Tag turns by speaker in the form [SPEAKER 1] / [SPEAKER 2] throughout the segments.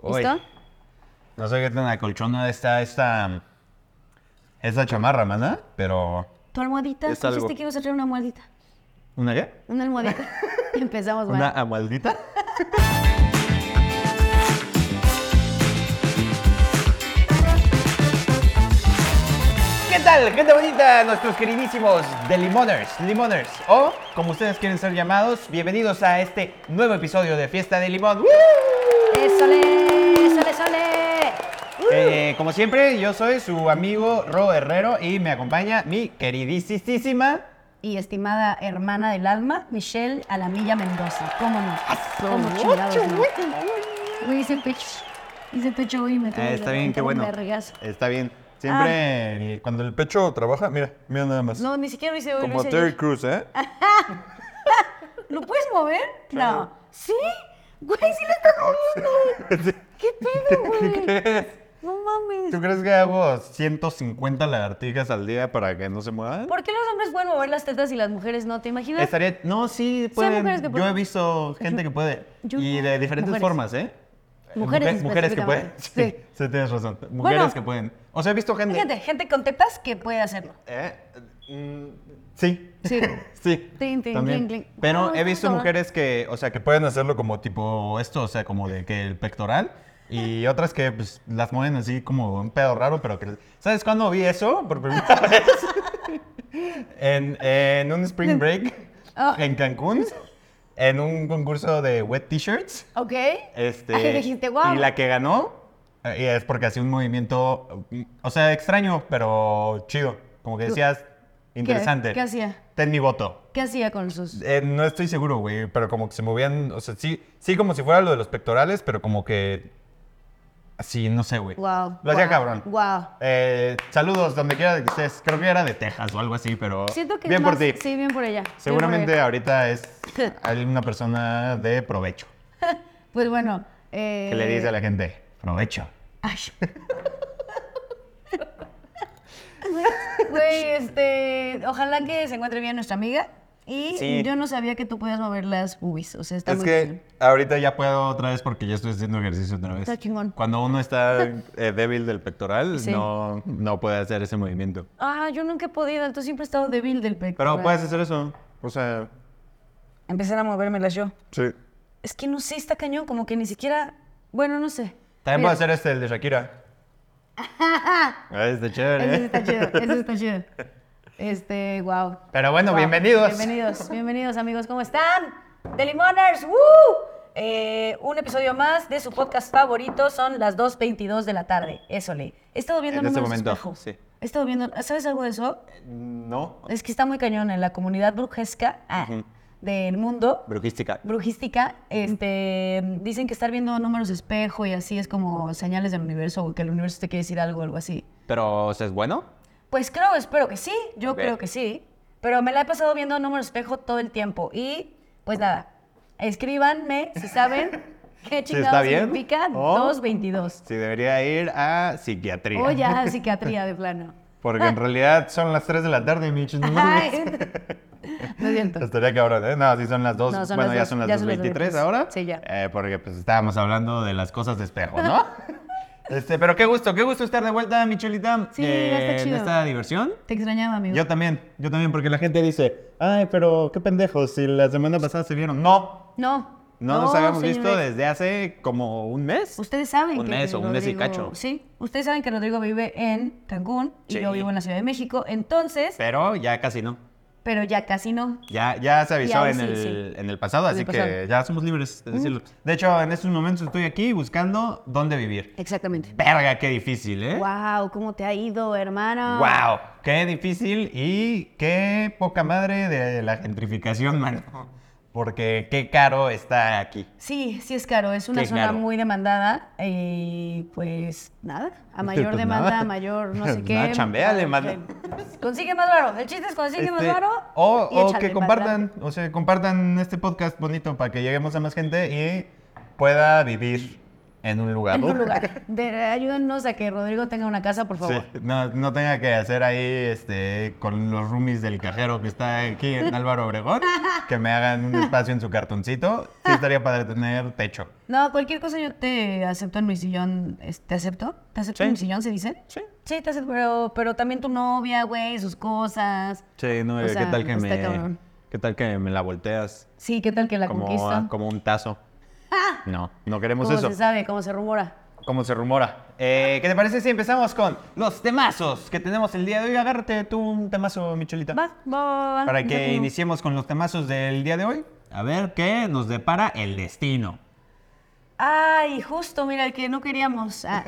[SPEAKER 1] Güey,
[SPEAKER 2] gustó?
[SPEAKER 3] No sé qué tan acolchonada está esta. Esta chamarra, mana, pero.
[SPEAKER 2] ¿Tu almohadita?
[SPEAKER 1] Es algo.
[SPEAKER 2] Dijiste que ibas a traer una almohadita.
[SPEAKER 3] ¿Una qué?
[SPEAKER 2] Una almohadita. y empezamos mal.
[SPEAKER 3] ¿Una amaldita? ¿Qué tal, gente bonita? Nuestros queridísimos de Limoners, Limoners, o como ustedes quieren ser llamados, bienvenidos a este nuevo episodio de Fiesta de Limón. ¡Woo!
[SPEAKER 2] ¡Eh, ¡Sole! ¡Sole, sole!
[SPEAKER 3] Eh, como siempre, yo soy su amigo Ro Herrero y me acompaña mi queridísima.
[SPEAKER 2] Y estimada hermana del alma, Michelle Alamilla Mendoza. ¿Cómo no? ¿Cómo chingados no? Güey, hice pecho. Hice pecho hoy y me tuve
[SPEAKER 3] Ah,
[SPEAKER 2] que
[SPEAKER 3] está bien, qué
[SPEAKER 2] levantar
[SPEAKER 3] bueno.
[SPEAKER 2] un vergazo. Ah.
[SPEAKER 3] Está bien. Siempre eh, cuando el pecho trabaja, mira, mira nada más.
[SPEAKER 2] No, Ah. ni siquiera lo hice hoy. lo
[SPEAKER 3] Como
[SPEAKER 2] hice
[SPEAKER 3] Terry
[SPEAKER 2] ayer.
[SPEAKER 3] Cruz, ¿eh?
[SPEAKER 2] ¿Lo puedes mover? No. ¿Sí? Güey, sí lo estás moviendo. güey. ¿Qué pedo, güey? No mames.
[SPEAKER 3] ¿Tú crees que hago 150 lagartijas al día para que no se muevan?
[SPEAKER 2] ¿Por qué los hombres pueden mover las tetas y las mujeres no? ¿Te imaginas?
[SPEAKER 3] Estaría... No, sí, pueden.
[SPEAKER 2] mujeres que
[SPEAKER 3] Yo he
[SPEAKER 2] pueden.
[SPEAKER 3] visto gente que puede.
[SPEAKER 2] Yo
[SPEAKER 3] y
[SPEAKER 2] no.
[SPEAKER 3] de diferentes
[SPEAKER 2] Mujeres.
[SPEAKER 3] formas, ¿eh?
[SPEAKER 2] Mujeres
[SPEAKER 3] Mujer- mujeres que pueden. Sí,
[SPEAKER 2] específicamente. Sí.
[SPEAKER 3] sí, tienes razón. Mujeres
[SPEAKER 2] Bueno.
[SPEAKER 3] que pueden. O sea, he visto gente...
[SPEAKER 2] Fíjate, gente con tetas que puede hacerlo.
[SPEAKER 3] Eh, mm, sí.
[SPEAKER 2] Sí.
[SPEAKER 3] sí.
[SPEAKER 2] Tin, tin,
[SPEAKER 3] también.
[SPEAKER 2] clink, clink.
[SPEAKER 3] Pero
[SPEAKER 2] No,
[SPEAKER 3] he
[SPEAKER 2] está
[SPEAKER 3] visto
[SPEAKER 2] cabrón.
[SPEAKER 3] mujeres que, o sea, que pueden hacerlo como tipo esto, o sea, como de que el pectoral. Y otras que pues, las mueven así como un pedo raro, pero que. ¿Sabes cuándo vi eso? Por primera vez. en, en un spring break
[SPEAKER 2] Oh.
[SPEAKER 3] en Cancún. En un concurso de wet t-shirts.
[SPEAKER 2] ¿Ok?
[SPEAKER 3] Este,
[SPEAKER 2] Ay, dijiste, "Guau".
[SPEAKER 3] Y la que ganó eh, y es porque hacía un movimiento, mm, o sea, extraño, pero chido. Como que decías, interesante.
[SPEAKER 2] ¿Qué, qué hacía?
[SPEAKER 3] Ten mi voto.
[SPEAKER 2] ¿Qué hacía con sus...?
[SPEAKER 3] Eh, no estoy seguro, güey, pero como que se movían, o sea, sí, sí como si fuera lo de los pectorales, pero como que... Así, no sé, güey.
[SPEAKER 2] Wow.
[SPEAKER 3] Lo hacía
[SPEAKER 2] wow,
[SPEAKER 3] cabrón.
[SPEAKER 2] Wow.
[SPEAKER 3] Eh, saludos, donde quiera que estés. Creo que era de Texas o algo así, pero...
[SPEAKER 2] Siento que
[SPEAKER 3] bien
[SPEAKER 2] es
[SPEAKER 3] por
[SPEAKER 2] más-
[SPEAKER 3] ti.
[SPEAKER 2] Sí, bien por ella. bien por
[SPEAKER 3] Seguramente
[SPEAKER 2] ella.
[SPEAKER 3] ahorita es una persona de provecho.
[SPEAKER 2] Pues bueno. Eh...
[SPEAKER 3] Que le dice a la gente, provecho.
[SPEAKER 2] Ay. Güey, este... Ojalá que se encuentre bien nuestra amiga. Y
[SPEAKER 3] Sí.
[SPEAKER 2] yo no sabía que tú podías mover las boobies. O sea, está
[SPEAKER 3] Es
[SPEAKER 2] muy
[SPEAKER 3] que
[SPEAKER 2] bien.
[SPEAKER 3] ahorita ya puedo otra vez porque ya estoy haciendo ejercicio otra vez.
[SPEAKER 2] Está chingón.
[SPEAKER 3] Cuando uno está eh, débil del pectoral,
[SPEAKER 2] Sí.
[SPEAKER 3] no, no puede hacer ese movimiento.
[SPEAKER 2] Ah, yo nunca he podido. Entonces siempre he estado débil del pecho.
[SPEAKER 3] Pero puedes hacer eso. O sea,
[SPEAKER 2] Empezar a movérmelas yo.
[SPEAKER 3] sí.
[SPEAKER 2] Es que no sé, está cañón, como que ni siquiera. Bueno, no sé.
[SPEAKER 3] También
[SPEAKER 2] Mira,
[SPEAKER 3] puedes hacer este, el de Shakira. Ah, Está
[SPEAKER 2] Eso
[SPEAKER 3] chévere. ¿eh?
[SPEAKER 2] está chido, eso está chido. Este, wow.
[SPEAKER 3] Pero bueno, bienvenidos.
[SPEAKER 2] Bienvenidos, bienvenidos, amigos, ¿cómo están? The Limoners, ¡woo! Eh, un episodio más de su podcast favorito son las 2.22 de la tarde. Eso le. He estado viendo
[SPEAKER 3] En este
[SPEAKER 2] números
[SPEAKER 3] momento,
[SPEAKER 2] espejo.
[SPEAKER 3] sí.
[SPEAKER 2] He estado viendo. ¿Sabes algo de eso?
[SPEAKER 3] No.
[SPEAKER 2] Es que está muy cañón en la comunidad brujesca ah, del mundo.
[SPEAKER 3] Brujística.
[SPEAKER 2] brujística, este, dicen que estar viendo números de espejo y así es como señales del universo o que el universo te quiere decir algo, algo así.
[SPEAKER 3] Pero, o sea, ¿es bueno?
[SPEAKER 2] Pues creo, espero que sí, yo
[SPEAKER 3] Ok.
[SPEAKER 2] creo que sí, pero me la he pasado viendo números de espejo todo el tiempo y pues nada, escríbanme si saben qué
[SPEAKER 3] está
[SPEAKER 2] chingados
[SPEAKER 3] bien, Oh.
[SPEAKER 2] significa
[SPEAKER 3] o-
[SPEAKER 2] 222.
[SPEAKER 3] Sí, debería ir a psiquiatría.
[SPEAKER 2] O Oh, ya psiquiatría de plano.
[SPEAKER 3] Porque en realidad son las 3 de la tarde, Mitch. No
[SPEAKER 2] Ay,
[SPEAKER 3] mames.
[SPEAKER 2] Lo siento.
[SPEAKER 3] Estaría cabrón, ¿eh? No, sí son las dos.
[SPEAKER 2] No, son
[SPEAKER 3] bueno,
[SPEAKER 2] las
[SPEAKER 3] ya
[SPEAKER 2] dos,
[SPEAKER 3] son las
[SPEAKER 2] ya son las
[SPEAKER 3] 2.23
[SPEAKER 2] dos.
[SPEAKER 3] ahora.
[SPEAKER 2] Sí, ya.
[SPEAKER 3] Eh, porque pues estábamos hablando de las cosas de espejo, ¿no? este, pero qué gusto, qué gusto estar de vuelta, Michelita.
[SPEAKER 2] Sí, está
[SPEAKER 3] En
[SPEAKER 2] chido.
[SPEAKER 3] esta diversión.
[SPEAKER 2] Te extrañaba, amigo.
[SPEAKER 3] Yo también, yo también, porque la gente dice, ay, pero qué pendejos, si la semana pasada se vieron. No,
[SPEAKER 2] No.
[SPEAKER 3] no, nos habíamos visto
[SPEAKER 2] señores.
[SPEAKER 3] desde hace como un mes.
[SPEAKER 2] Ustedes saben
[SPEAKER 3] Un
[SPEAKER 2] que
[SPEAKER 3] mes o un mes y
[SPEAKER 2] Rodrigo-
[SPEAKER 3] cacho.
[SPEAKER 2] Sí, ustedes saben que Rodrigo vive en Cancún
[SPEAKER 3] Sí.
[SPEAKER 2] y yo vivo en la Ciudad de México, entonces,
[SPEAKER 3] Pero ya casi no.
[SPEAKER 2] pero ya casi no.
[SPEAKER 3] Ya, ya se avisó
[SPEAKER 2] ahí
[SPEAKER 3] en,
[SPEAKER 2] sí,
[SPEAKER 3] el,
[SPEAKER 2] sí.
[SPEAKER 3] en el pasado,
[SPEAKER 2] En
[SPEAKER 3] así
[SPEAKER 2] el pasado.
[SPEAKER 3] que ya somos libres de decirlo. De hecho, en estos momentos estoy aquí buscando dónde vivir.
[SPEAKER 2] Exactamente.
[SPEAKER 3] Verga, qué difícil, ¿eh?
[SPEAKER 2] Wow, cómo te ha ido, hermana.
[SPEAKER 3] Wow, qué difícil y qué poca madre de la gentrificación, mano. Porque qué caro está aquí.
[SPEAKER 2] Sí, sí es caro, es una
[SPEAKER 3] Sí,
[SPEAKER 2] zona
[SPEAKER 3] claro.
[SPEAKER 2] muy demandada y pues nada, a
[SPEAKER 3] Pues
[SPEAKER 2] mayor
[SPEAKER 3] nada.
[SPEAKER 2] demanda, a mayor no sé
[SPEAKER 3] Pues
[SPEAKER 2] qué.
[SPEAKER 3] nada, chambéale,
[SPEAKER 2] ah,
[SPEAKER 3] manda.
[SPEAKER 2] que- Consigue más varo, el chiste es consigue más
[SPEAKER 3] Este,
[SPEAKER 2] pues, varo.
[SPEAKER 3] o
[SPEAKER 2] y
[SPEAKER 3] o
[SPEAKER 2] échale
[SPEAKER 3] que
[SPEAKER 2] para
[SPEAKER 3] compartan,
[SPEAKER 2] adelante.
[SPEAKER 3] o sea, compartan este podcast bonito para que lleguemos a más gente y pueda vivir en un lugar.
[SPEAKER 2] En un lugar. De- ayúdanos a que Rodrigo tenga una casa, por favor.
[SPEAKER 3] Sí, no, no tenga que hacer ahí este, con los roomies del cajero que está aquí en Álvaro Obregón, que me hagan un espacio en su cartoncito. Sí, estaría padre tener techo.
[SPEAKER 2] No, cualquier cosa yo te acepto en mi sillón. es- ¿Te acepto? ¿Te acepto en
[SPEAKER 3] Sí.
[SPEAKER 2] mi sillón, se dice?
[SPEAKER 3] Sí.
[SPEAKER 2] Sí, te acepto, pero, pero también tu novia, güey, sus cosas.
[SPEAKER 3] Sí, no,
[SPEAKER 2] O
[SPEAKER 3] eh,
[SPEAKER 2] sea,
[SPEAKER 3] ¿qué tal que
[SPEAKER 2] está
[SPEAKER 3] me.
[SPEAKER 2] cabrón.
[SPEAKER 3] ¿Qué tal que me la volteas?
[SPEAKER 2] Sí, ¿qué tal que la
[SPEAKER 3] como,
[SPEAKER 2] conquista?
[SPEAKER 3] como un tazo. No, no queremos
[SPEAKER 2] ¿Cómo
[SPEAKER 3] eso.
[SPEAKER 2] se sabe? ¿Cómo se rumora?
[SPEAKER 3] Como se rumora. Eh, ¿Qué te parece si empezamos con los temazos que tenemos el día de hoy? Agárrate tú un temazo, Michelita.
[SPEAKER 2] Va, va, va, va.
[SPEAKER 3] Para
[SPEAKER 2] Yo
[SPEAKER 3] que
[SPEAKER 2] como-
[SPEAKER 3] iniciemos con los temazos del día de hoy. A ver qué nos depara el destino.
[SPEAKER 2] Ay, justo, mira, el que no queríamos. Ah,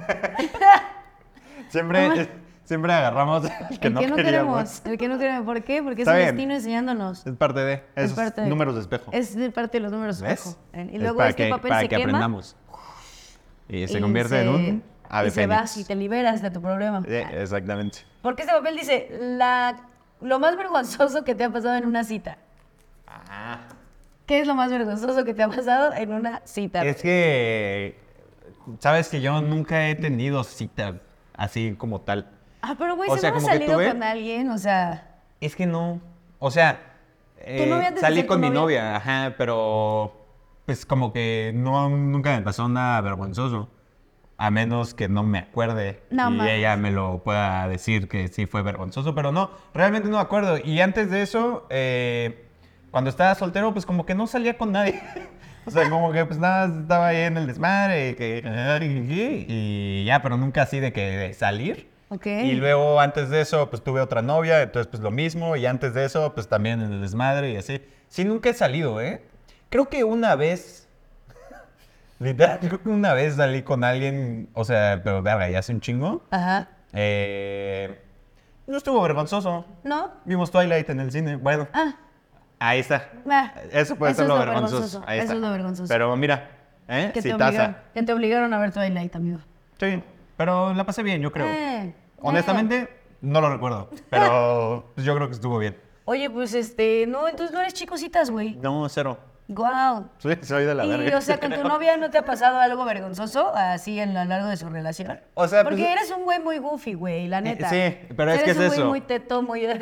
[SPEAKER 3] Siempre,
[SPEAKER 2] ¿Cómo?
[SPEAKER 3] eh, siempre agarramos el que
[SPEAKER 2] el
[SPEAKER 3] no,
[SPEAKER 2] que no
[SPEAKER 3] queríamos.
[SPEAKER 2] queremos. El que no queremos. ¿Por qué? Porque
[SPEAKER 3] Está
[SPEAKER 2] es el
[SPEAKER 3] bien.
[SPEAKER 2] destino enseñándonos.
[SPEAKER 3] Es parte de
[SPEAKER 2] Es
[SPEAKER 3] esos
[SPEAKER 2] parte de-
[SPEAKER 3] números de espejo.
[SPEAKER 2] Es de parte de los números
[SPEAKER 3] ¿Ves?
[SPEAKER 2] espejo. Eh, Y
[SPEAKER 3] Es
[SPEAKER 2] luego
[SPEAKER 3] para
[SPEAKER 2] este
[SPEAKER 3] que,
[SPEAKER 2] papel
[SPEAKER 3] para
[SPEAKER 2] se
[SPEAKER 3] que
[SPEAKER 2] quema
[SPEAKER 3] aprendamos. Y se
[SPEAKER 2] y
[SPEAKER 3] convierte en
[SPEAKER 2] se-
[SPEAKER 3] un ave
[SPEAKER 2] Y se vas y
[SPEAKER 3] fénix.
[SPEAKER 2] te liberas de tu problema.
[SPEAKER 3] Eh, exactamente.
[SPEAKER 2] Porque este papel dice la, lo más vergonzoso que te ha pasado en una cita. Ah. ¿Qué es lo más vergonzoso que te ha pasado en una cita?
[SPEAKER 3] Es que, sabes que yo nunca he tenido cita así como tal.
[SPEAKER 2] Ah, pero güey,
[SPEAKER 3] o
[SPEAKER 2] si
[SPEAKER 3] sea,
[SPEAKER 2] no has
[SPEAKER 3] como que
[SPEAKER 2] salido
[SPEAKER 3] tuve-
[SPEAKER 2] con alguien, o sea,
[SPEAKER 3] Es que no, o sea, eh,
[SPEAKER 2] novia antes de
[SPEAKER 3] salí
[SPEAKER 2] ser tu
[SPEAKER 3] con mi
[SPEAKER 2] novia?
[SPEAKER 3] novia, ajá, pero pues como que no, nunca me pasó nada vergonzoso. A menos que no me acuerde
[SPEAKER 2] No
[SPEAKER 3] y
[SPEAKER 2] mames.
[SPEAKER 3] ella me lo pueda decir que sí fue vergonzoso, pero no, realmente no me acuerdo. Y antes de eso, eh, cuando estaba soltero, pues como que no salía con nadie. O sea, como que pues nada, estaba ahí en el desmadre y, que, y ya, pero nunca así de que de salir.
[SPEAKER 2] ok.
[SPEAKER 3] Y luego antes de eso, pues tuve otra novia, entonces pues lo mismo, y antes de eso, pues también en el desmadre y así. Sí, nunca he salido, ¿eh? Creo que una vez, literal, creo que una vez salí con alguien, o sea, pero verga, ya hace un chingo.
[SPEAKER 2] Ajá.
[SPEAKER 3] Eh, no estuvo vergonzoso.
[SPEAKER 2] ¿No?
[SPEAKER 3] Vimos Twilight en el cine, bueno.
[SPEAKER 2] Ah,
[SPEAKER 3] Ahí está.
[SPEAKER 2] Ah,
[SPEAKER 3] Eso puede
[SPEAKER 2] eso
[SPEAKER 3] ser
[SPEAKER 2] es
[SPEAKER 3] lo
[SPEAKER 2] lo
[SPEAKER 3] vergonzoso.
[SPEAKER 2] vergonzoso,
[SPEAKER 3] Ahí
[SPEAKER 2] eso
[SPEAKER 3] está.
[SPEAKER 2] es lo vergonzoso.
[SPEAKER 3] Pero mira, ¿eh?
[SPEAKER 2] que te, obligaron,
[SPEAKER 3] Citaza.
[SPEAKER 2] que te obligaron a ver Twilight, amigo.
[SPEAKER 3] Sí, pero la pasé bien, yo creo.
[SPEAKER 2] Eh, eh.
[SPEAKER 3] Honestamente, no lo recuerdo, pero pues, yo creo que estuvo bien.
[SPEAKER 2] Oye, pues este, no, entonces no eres chicositas, güey.
[SPEAKER 3] No, cero.
[SPEAKER 2] Guau.
[SPEAKER 3] Soy, soy de la
[SPEAKER 2] Y,
[SPEAKER 3] verga.
[SPEAKER 2] o sea, ¿con tu novia no te ha pasado algo vergonzoso así en lo largo de su relación?
[SPEAKER 3] O sea,
[SPEAKER 2] Porque
[SPEAKER 3] pues- eh,
[SPEAKER 2] eres un güey muy goofy, güey, la neta.
[SPEAKER 3] sí, pero es que es
[SPEAKER 2] eres un
[SPEAKER 3] eso.
[SPEAKER 2] güey muy teto, muy...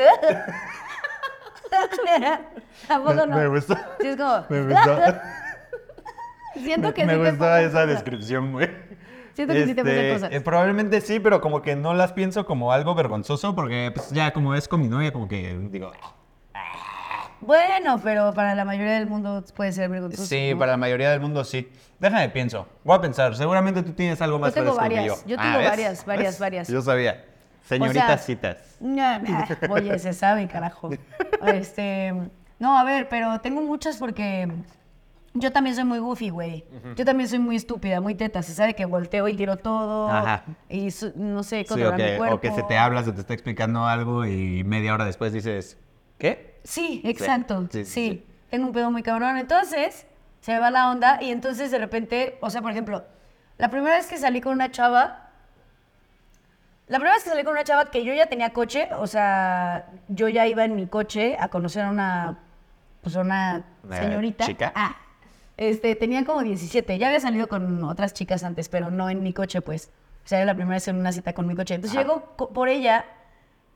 [SPEAKER 2] Tampoco no.
[SPEAKER 3] Me gustó.
[SPEAKER 2] Sí, es como...
[SPEAKER 3] Me gustó,
[SPEAKER 2] Siento que
[SPEAKER 3] me
[SPEAKER 2] sí te
[SPEAKER 3] gustó
[SPEAKER 2] pasan
[SPEAKER 3] esa
[SPEAKER 2] cosas.
[SPEAKER 3] descripción, güey.
[SPEAKER 2] Siento que sí te pasan
[SPEAKER 3] Este,
[SPEAKER 2] cosas.
[SPEAKER 3] eh, probablemente sí, pero como que no las pienso como algo vergonzoso, porque pues ya como es con mi novia, como que digo...
[SPEAKER 2] Bueno, pero para la mayoría del mundo puede ser vergonzoso.
[SPEAKER 3] Sí,
[SPEAKER 2] ¿no?
[SPEAKER 3] para la mayoría del mundo sí. Déjame pienso. Voy a pensar. Seguramente tú tienes algo más
[SPEAKER 2] Yo tengo
[SPEAKER 3] fresco que
[SPEAKER 2] varias, yo tengo
[SPEAKER 3] Ah, ¿ves?
[SPEAKER 2] varias, varias,
[SPEAKER 3] ¿Ves?
[SPEAKER 2] varias.
[SPEAKER 3] Yo sabía.
[SPEAKER 2] O sea,
[SPEAKER 3] Señoritas citas.
[SPEAKER 2] Nah, nah, Oye, se sabe, carajo. Este, no, a ver, pero tengo muchas porque yo también soy muy goofy, güey. Yo también soy muy estúpida, muy teta. Se sabe que volteo y tiro todo.
[SPEAKER 3] Ajá.
[SPEAKER 2] Y su- no sé,
[SPEAKER 3] Sí,
[SPEAKER 2] controlar
[SPEAKER 3] o, que, o
[SPEAKER 2] mi cuerpo.
[SPEAKER 3] que se te habla, se te está explicando algo y media hora después dices, ¿qué?
[SPEAKER 2] Sí, exacto.
[SPEAKER 3] Sí,
[SPEAKER 2] Sí,
[SPEAKER 3] sí, sí.
[SPEAKER 2] Tengo un pedo muy cabrón. Entonces, se me va la onda y entonces de repente, o sea, por ejemplo, la primera vez que salí con una chava, la primera vez que salí con una chava que yo ya tenía coche, o sea, yo ya iba en mi coche a conocer a una, pues a una
[SPEAKER 3] Una
[SPEAKER 2] señorita.
[SPEAKER 3] chica.
[SPEAKER 2] Ah, este, tenía como 17. Ya había salido con otras chicas antes, pero no en mi coche, pues. O sea, era la primera vez en una cita con mi coche. Entonces
[SPEAKER 3] Ajá.
[SPEAKER 2] llego co- por ella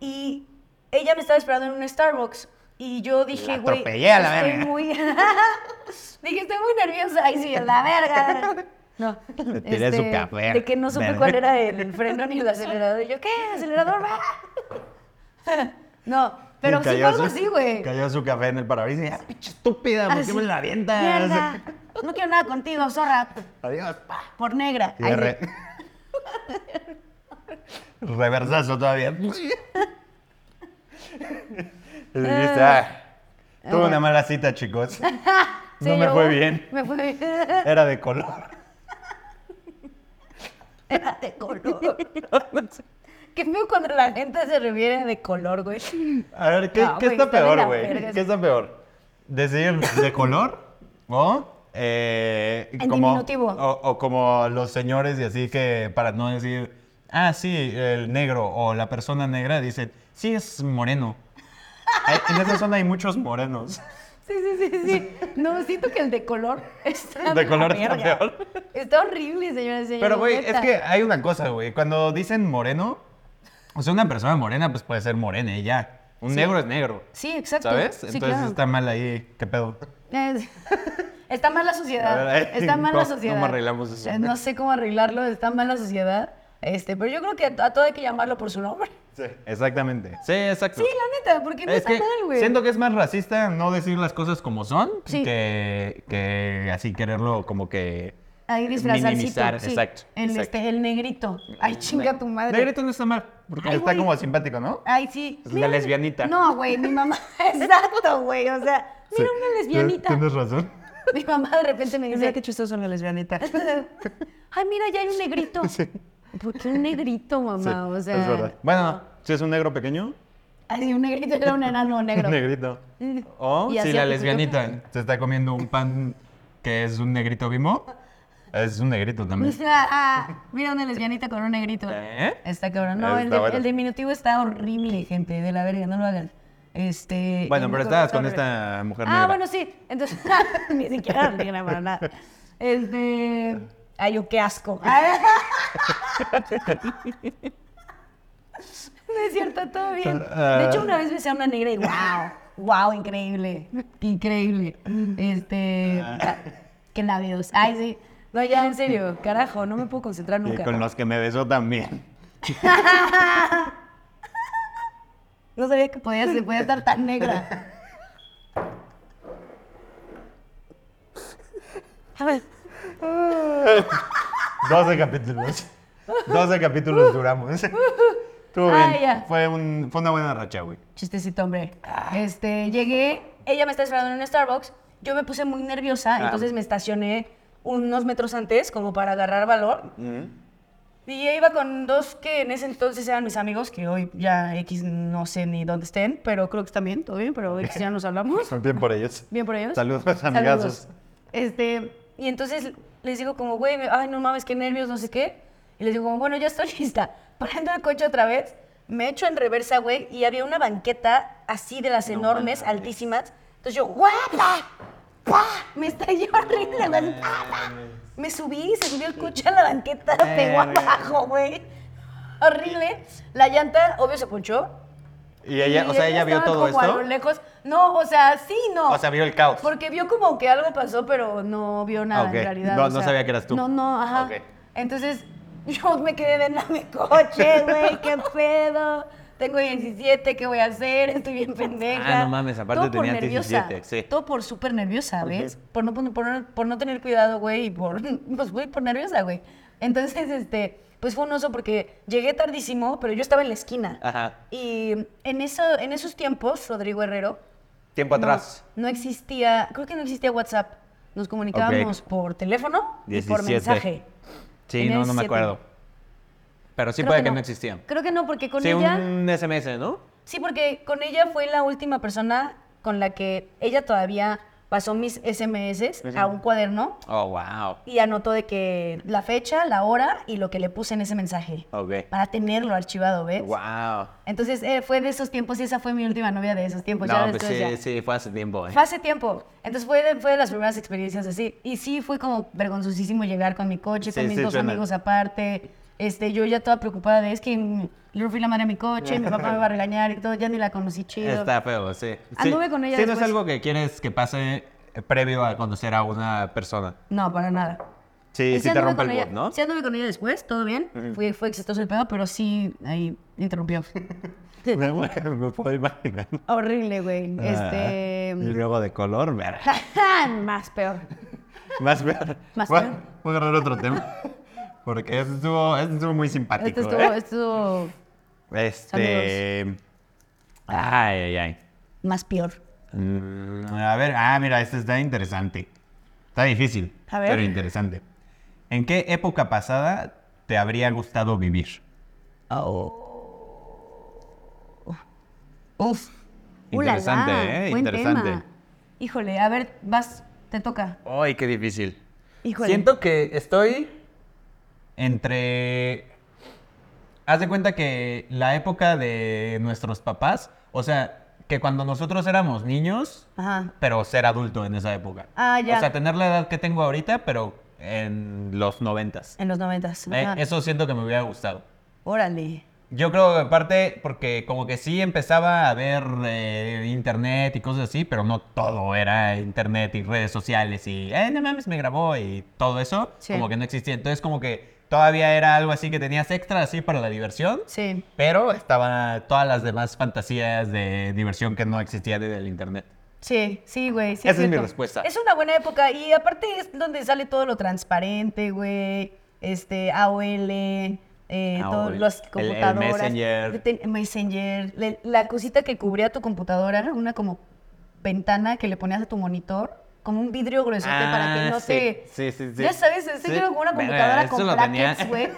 [SPEAKER 2] y ella me estaba esperando en un Starbucks. Y yo
[SPEAKER 3] La
[SPEAKER 2] dije, güey,
[SPEAKER 3] atropellé a la
[SPEAKER 2] estoy
[SPEAKER 3] verga".
[SPEAKER 2] muy... dije, estoy muy nerviosa. Ay, sí, a la verga. No. este,
[SPEAKER 3] Le tiré su café,
[SPEAKER 2] De que no supe
[SPEAKER 3] verga.
[SPEAKER 2] cuál era el freno ni el acelerador. Y yo, ¿qué? ¿Acelerador? va?". no,
[SPEAKER 3] Y
[SPEAKER 2] pero sí fue
[SPEAKER 3] cayó
[SPEAKER 2] algo
[SPEAKER 3] su-
[SPEAKER 2] así, güey.
[SPEAKER 3] Cayó su café en el parabrisas y, ah, pinche estúpida, ¿por
[SPEAKER 2] Así,
[SPEAKER 3] qué me la avientas?
[SPEAKER 2] "Mierda, No quiero nada contigo, zorra.
[SPEAKER 3] Adiós, pa.
[SPEAKER 2] Por negra.
[SPEAKER 3] Y
[SPEAKER 2] Ay,
[SPEAKER 3] de re- Reversazo todavía. y dijiste, ah, tuve una mala cita, chicos.
[SPEAKER 2] sí,
[SPEAKER 3] no me
[SPEAKER 2] yo-
[SPEAKER 3] fue bien.
[SPEAKER 2] Me fue bien.
[SPEAKER 3] Era de color.
[SPEAKER 2] Era de color. Qué feo cuando la gente se refiere de color, güey.
[SPEAKER 3] A ver, ¿qué,
[SPEAKER 2] No,
[SPEAKER 3] qué
[SPEAKER 2] güey,
[SPEAKER 3] está
[SPEAKER 2] está de la
[SPEAKER 3] peor, güey?
[SPEAKER 2] verga.
[SPEAKER 3] ¿Qué está peor? ¿Decir de color o, eh,
[SPEAKER 2] En diminutivo.
[SPEAKER 3] O, o como los señores y así que para no decir, ah, sí, el negro o la persona negra, dicen, sí, es moreno. Eh, en esa zona hay muchos morenos.
[SPEAKER 2] Sí, sí, sí, sí. No, siento que el de color está
[SPEAKER 3] De
[SPEAKER 2] de la
[SPEAKER 3] color está
[SPEAKER 2] verga.
[SPEAKER 3] peor.
[SPEAKER 2] Está horrible, señoras y señores.
[SPEAKER 3] Pero, güey, es
[SPEAKER 2] neta.
[SPEAKER 3] que hay una cosa, güey. Cuando dicen moreno, o sea, una persona morena, pues puede ser morena y ya. Un negro es negro.
[SPEAKER 2] Sí, exacto.
[SPEAKER 3] ¿Sabes?
[SPEAKER 2] Sí,
[SPEAKER 3] Entonces
[SPEAKER 2] claro.
[SPEAKER 3] está mal ahí. ¿Qué pedo?
[SPEAKER 2] Es- Está mal la sociedad.
[SPEAKER 3] A ver,
[SPEAKER 2] está mal la
[SPEAKER 3] ¿cómo-
[SPEAKER 2] sociedad.
[SPEAKER 3] cómo arreglamos eso?
[SPEAKER 2] Eh, No sé cómo arreglarlo, está mal la sociedad. Este, pero yo creo que a todo hay que llamarlo por su nombre.
[SPEAKER 3] Sí. Exactamente. Sí, exacto.
[SPEAKER 2] Sí, la neta, porque no
[SPEAKER 3] es
[SPEAKER 2] está
[SPEAKER 3] que
[SPEAKER 2] mal, güey.
[SPEAKER 3] siento que es más racista no decir las cosas como son
[SPEAKER 2] Sí.
[SPEAKER 3] que, que así quererlo como que...
[SPEAKER 2] Ahí disfrazarcito.
[SPEAKER 3] minimizar,
[SPEAKER 2] sí.
[SPEAKER 3] exacto,
[SPEAKER 2] El,
[SPEAKER 3] exacto.
[SPEAKER 2] este, el negrito. Ay, chinga tu madre.
[SPEAKER 3] Negrito no está mal, porque
[SPEAKER 2] Ay,
[SPEAKER 3] está
[SPEAKER 2] güey.
[SPEAKER 3] como simpático, ¿no?
[SPEAKER 2] Ay, sí.
[SPEAKER 3] Es la lesbianita.
[SPEAKER 2] No, güey, mi mamá. Exacto, güey. O sea, mira una lesbianita.
[SPEAKER 3] Tienes razón.
[SPEAKER 2] Mi mamá de repente me dice.
[SPEAKER 3] chistoso la lesbianita.
[SPEAKER 2] Ay, mira, ya hay un negrito. ¿Por qué un negrito, mamá? o sea.
[SPEAKER 3] es verdad. Bueno, si es un negro pequeño,
[SPEAKER 2] Ay, un negrito era un enano negro.
[SPEAKER 3] negrito. O
[SPEAKER 2] Y
[SPEAKER 3] si
[SPEAKER 2] así
[SPEAKER 3] la
[SPEAKER 2] al-
[SPEAKER 3] lesbianita se está comiendo un pan que es un negrito bimbo, es un negrito también.
[SPEAKER 2] Mira, ah, mira una lesbianita con un negrito.
[SPEAKER 3] ¿Eh?
[SPEAKER 2] Está cabrón. No, el,
[SPEAKER 3] Está
[SPEAKER 2] di-
[SPEAKER 3] bueno.
[SPEAKER 2] el diminutivo está horrible, gente. De la verga, no lo hagan. Este.
[SPEAKER 3] Bueno,
[SPEAKER 2] el
[SPEAKER 3] pero
[SPEAKER 2] motor
[SPEAKER 3] estabas con
[SPEAKER 2] horrible.
[SPEAKER 3] esta mujer
[SPEAKER 2] Ah,
[SPEAKER 3] negra.
[SPEAKER 2] bueno, sí. Entonces, ni siquiera era negra para nada. Este. Ay, yo qué asco. no es cierto, todo bien. De hecho, una vez besé a una negra y wow, wow, increíble. Increíble. Este. ah, Qué labios. Ay, sí. No, ya, en serio, carajo, no me puedo concentrar
[SPEAKER 3] Y
[SPEAKER 2] nunca.
[SPEAKER 3] con los que me besó también.
[SPEAKER 2] No sabía que podía, se podía estar tan negra. A ver.
[SPEAKER 3] 12 capítulos. 12 capítulos duramos. Estuvo
[SPEAKER 2] Ah,
[SPEAKER 3] bien.
[SPEAKER 2] ya.
[SPEAKER 3] Fue, un- fue una buena racha, güey.
[SPEAKER 2] Chistecito, hombre. Este, llegué, ella me está esperando en un Starbucks, yo me puse muy nerviosa, entonces me estacioné unos metros antes como para agarrar valor. Y yo iba con dos que en ese entonces eran mis amigos, que hoy ya X no sé ni dónde estén, pero creo que están bien, todo bien, pero X ya nos hablamos.
[SPEAKER 3] Bien por ellos.
[SPEAKER 2] Bien por ellos.
[SPEAKER 3] Saludos,
[SPEAKER 2] amigazos.
[SPEAKER 3] amigazos.
[SPEAKER 2] Este, y entonces les digo como, güey, me- ay, no mames, qué nervios, no sé qué. Y les digo como, bueno, ya estoy lista. Parando el coche otra vez, me echo en reversa, güey, y había una banqueta así de las enormes, altísimas. Entonces yo, guapa, ¡Guau! me estallé horrible la banqueta. Me subí, se subió el coche a la banqueta, pegó
[SPEAKER 3] Verga.
[SPEAKER 2] abajo, güey. Horrible. La llanta, obvio, se ponchó.
[SPEAKER 3] Y ella, o sea, ella vio
[SPEAKER 2] estaba
[SPEAKER 3] todo
[SPEAKER 2] como A
[SPEAKER 3] esto.
[SPEAKER 2] lo lejos. No, o sea, sí, no.
[SPEAKER 3] O sea, vio el caos.
[SPEAKER 2] Porque vio como que algo pasó, pero no vio nada
[SPEAKER 3] Ah, Ok.
[SPEAKER 2] en realidad.
[SPEAKER 3] No-
[SPEAKER 2] o
[SPEAKER 3] no
[SPEAKER 2] sea,
[SPEAKER 3] sabía que eras tú.
[SPEAKER 2] No, no, ajá.
[SPEAKER 3] Ok.
[SPEAKER 2] Entonces, yo me quedé de nada mi coche, güey, qué pedo. Tengo 17, ¿qué voy a hacer? Estoy bien pendeja.
[SPEAKER 3] Ah, no mames, aparte
[SPEAKER 2] Todo por
[SPEAKER 3] tenías
[SPEAKER 2] nerviosa,
[SPEAKER 3] 17, sí.
[SPEAKER 2] Todo por súper nerviosa, ¿ves? por, no, pon- por, no- por no tener cuidado, güey, y por, pues, güey, por nerviosa, güey. Entonces, este, pues fue un oso porque llegué tardísimo, pero yo estaba en la esquina.
[SPEAKER 3] Ajá.
[SPEAKER 2] Y en, eso, en esos tiempos, Rodrigo Herrero,
[SPEAKER 3] Tiempo
[SPEAKER 2] no,
[SPEAKER 3] atrás.
[SPEAKER 2] No, existía, creo que no existía WhatsApp. Nos comunicábamos por teléfono y por
[SPEAKER 3] 17.
[SPEAKER 2] mensaje.
[SPEAKER 3] Sí,
[SPEAKER 2] Tenía
[SPEAKER 3] no, no me
[SPEAKER 2] 17.
[SPEAKER 3] acuerdo. Pero sí
[SPEAKER 2] Creo
[SPEAKER 3] puede que no, existía.
[SPEAKER 2] Creo que no, porque con
[SPEAKER 3] Sí,
[SPEAKER 2] ella.
[SPEAKER 3] un SMS, ¿no?
[SPEAKER 2] Sí, porque con ella fue la última persona con la que ella todavía pasó mis SMS a un cuaderno
[SPEAKER 3] Oh, wow.
[SPEAKER 2] y anotó de que la fecha, la hora y lo que le puse en ese mensaje.
[SPEAKER 3] Ok.
[SPEAKER 2] Para tenerlo archivado, ¿ves?
[SPEAKER 3] Wow.
[SPEAKER 2] Entonces eh, fue de esos tiempos y esa fue mi última novia de esos tiempos. ya
[SPEAKER 3] no, pues
[SPEAKER 2] después
[SPEAKER 3] sí,
[SPEAKER 2] ya.
[SPEAKER 3] sí, fue hace tiempo, ¿eh?
[SPEAKER 2] Fue hace tiempo. Entonces fue de, fue de las primeras experiencias así. Y sí, fue como vergonzosísimo llegar con mi coche, con
[SPEAKER 3] Sí,
[SPEAKER 2] mis
[SPEAKER 3] sí,
[SPEAKER 2] dos
[SPEAKER 3] suena.
[SPEAKER 2] amigos aparte. Este, yo ya toda preocupada de es que mm, le fui la madre a mi coche, mi papá me va a regañar y todo, ya ni la conocí chido.
[SPEAKER 3] Está feo, sí. Sí.
[SPEAKER 2] Anduve con ella
[SPEAKER 3] Sí, no
[SPEAKER 2] después.
[SPEAKER 3] es algo que quieres que pase eh, previo a conocer a una persona.
[SPEAKER 2] No, para nada. Eh,
[SPEAKER 3] Sí, sí te
[SPEAKER 2] anduve
[SPEAKER 3] rompe
[SPEAKER 2] con
[SPEAKER 3] el
[SPEAKER 2] ella-
[SPEAKER 3] bot, ¿no?
[SPEAKER 2] Sí anduve con ella después, todo bien. Fue, fue exitoso el pedo, pero sí, ahí interrumpió.
[SPEAKER 3] Me, me puedo imaginar.
[SPEAKER 2] Horrible, güey.
[SPEAKER 3] Ah.
[SPEAKER 2] Este...
[SPEAKER 3] Y luego de color, ver.
[SPEAKER 2] Más peor.
[SPEAKER 3] Más ver.
[SPEAKER 2] Más
[SPEAKER 3] Bueno,
[SPEAKER 2] ver.
[SPEAKER 3] Voy a agarrar otro tema. Porque este estuvo, este estuvo muy simpático.
[SPEAKER 2] Esto estuvo,
[SPEAKER 3] ¿eh?
[SPEAKER 2] esto estuvo
[SPEAKER 3] Este. Ay, ay, ay.
[SPEAKER 2] más peor.
[SPEAKER 3] Mm, A ver, ah, mira, este está interesante. Está difícil,
[SPEAKER 2] A ver.
[SPEAKER 3] pero interesante. ¿En qué época pasada te habría gustado vivir?
[SPEAKER 2] Oh. Uf. Ulala,
[SPEAKER 3] Interesante, ¿eh?
[SPEAKER 2] Uh, buen
[SPEAKER 3] Interesante.
[SPEAKER 2] tema. Híjole, a ver, vas, te toca.
[SPEAKER 3] Ay, qué difícil.
[SPEAKER 2] Híjole.
[SPEAKER 3] que estoy entre... Haz de cuenta que la época de nuestros papás, o sea, que cuando nosotros éramos niños,
[SPEAKER 2] Ajá.
[SPEAKER 3] pero ser adulto en esa época.
[SPEAKER 2] Ah, ya.
[SPEAKER 3] O sea, tener la edad que tengo ahorita, pero en los noventas.
[SPEAKER 2] En los noventas.
[SPEAKER 3] Eh,
[SPEAKER 2] Ajá.
[SPEAKER 3] eso siento que me hubiera gustado.
[SPEAKER 2] Órale.
[SPEAKER 3] Yo creo que aparte porque como que sí empezaba a ver eh, internet y cosas así, pero no todo era internet y redes sociales y, eh, no mames, me grabó y todo eso,
[SPEAKER 2] Sí.
[SPEAKER 3] como que no existía. Entonces como que todavía era algo así que tenías extra así para la diversión,
[SPEAKER 2] Sí.
[SPEAKER 3] pero estaban todas las demás fantasías de diversión que no existían en el internet.
[SPEAKER 2] Sí, sí, güey. sí
[SPEAKER 3] Esa es mi
[SPEAKER 2] cierto.
[SPEAKER 3] respuesta.
[SPEAKER 2] Es una buena época y aparte es donde sale todo lo transparente, güey. Este, AOL, eh,
[SPEAKER 3] AOL,
[SPEAKER 2] todas las
[SPEAKER 3] Ah, el- el
[SPEAKER 2] computadoras.
[SPEAKER 3] Messenger.
[SPEAKER 2] Te- Messenger. le- La, cosita que cubría tu computadora, ¿no? una como ventana que le ponías a tu monitor, como un vidrio gruesote para que
[SPEAKER 3] Ah,
[SPEAKER 2] no
[SPEAKER 3] sí,
[SPEAKER 2] te.
[SPEAKER 3] sí, sí, sí.
[SPEAKER 2] Ya sabes, este
[SPEAKER 3] Sí,
[SPEAKER 2] era como una
[SPEAKER 3] verga,
[SPEAKER 2] computadora
[SPEAKER 3] eso
[SPEAKER 2] con
[SPEAKER 3] lo tenía.
[SPEAKER 2] brackets, güey.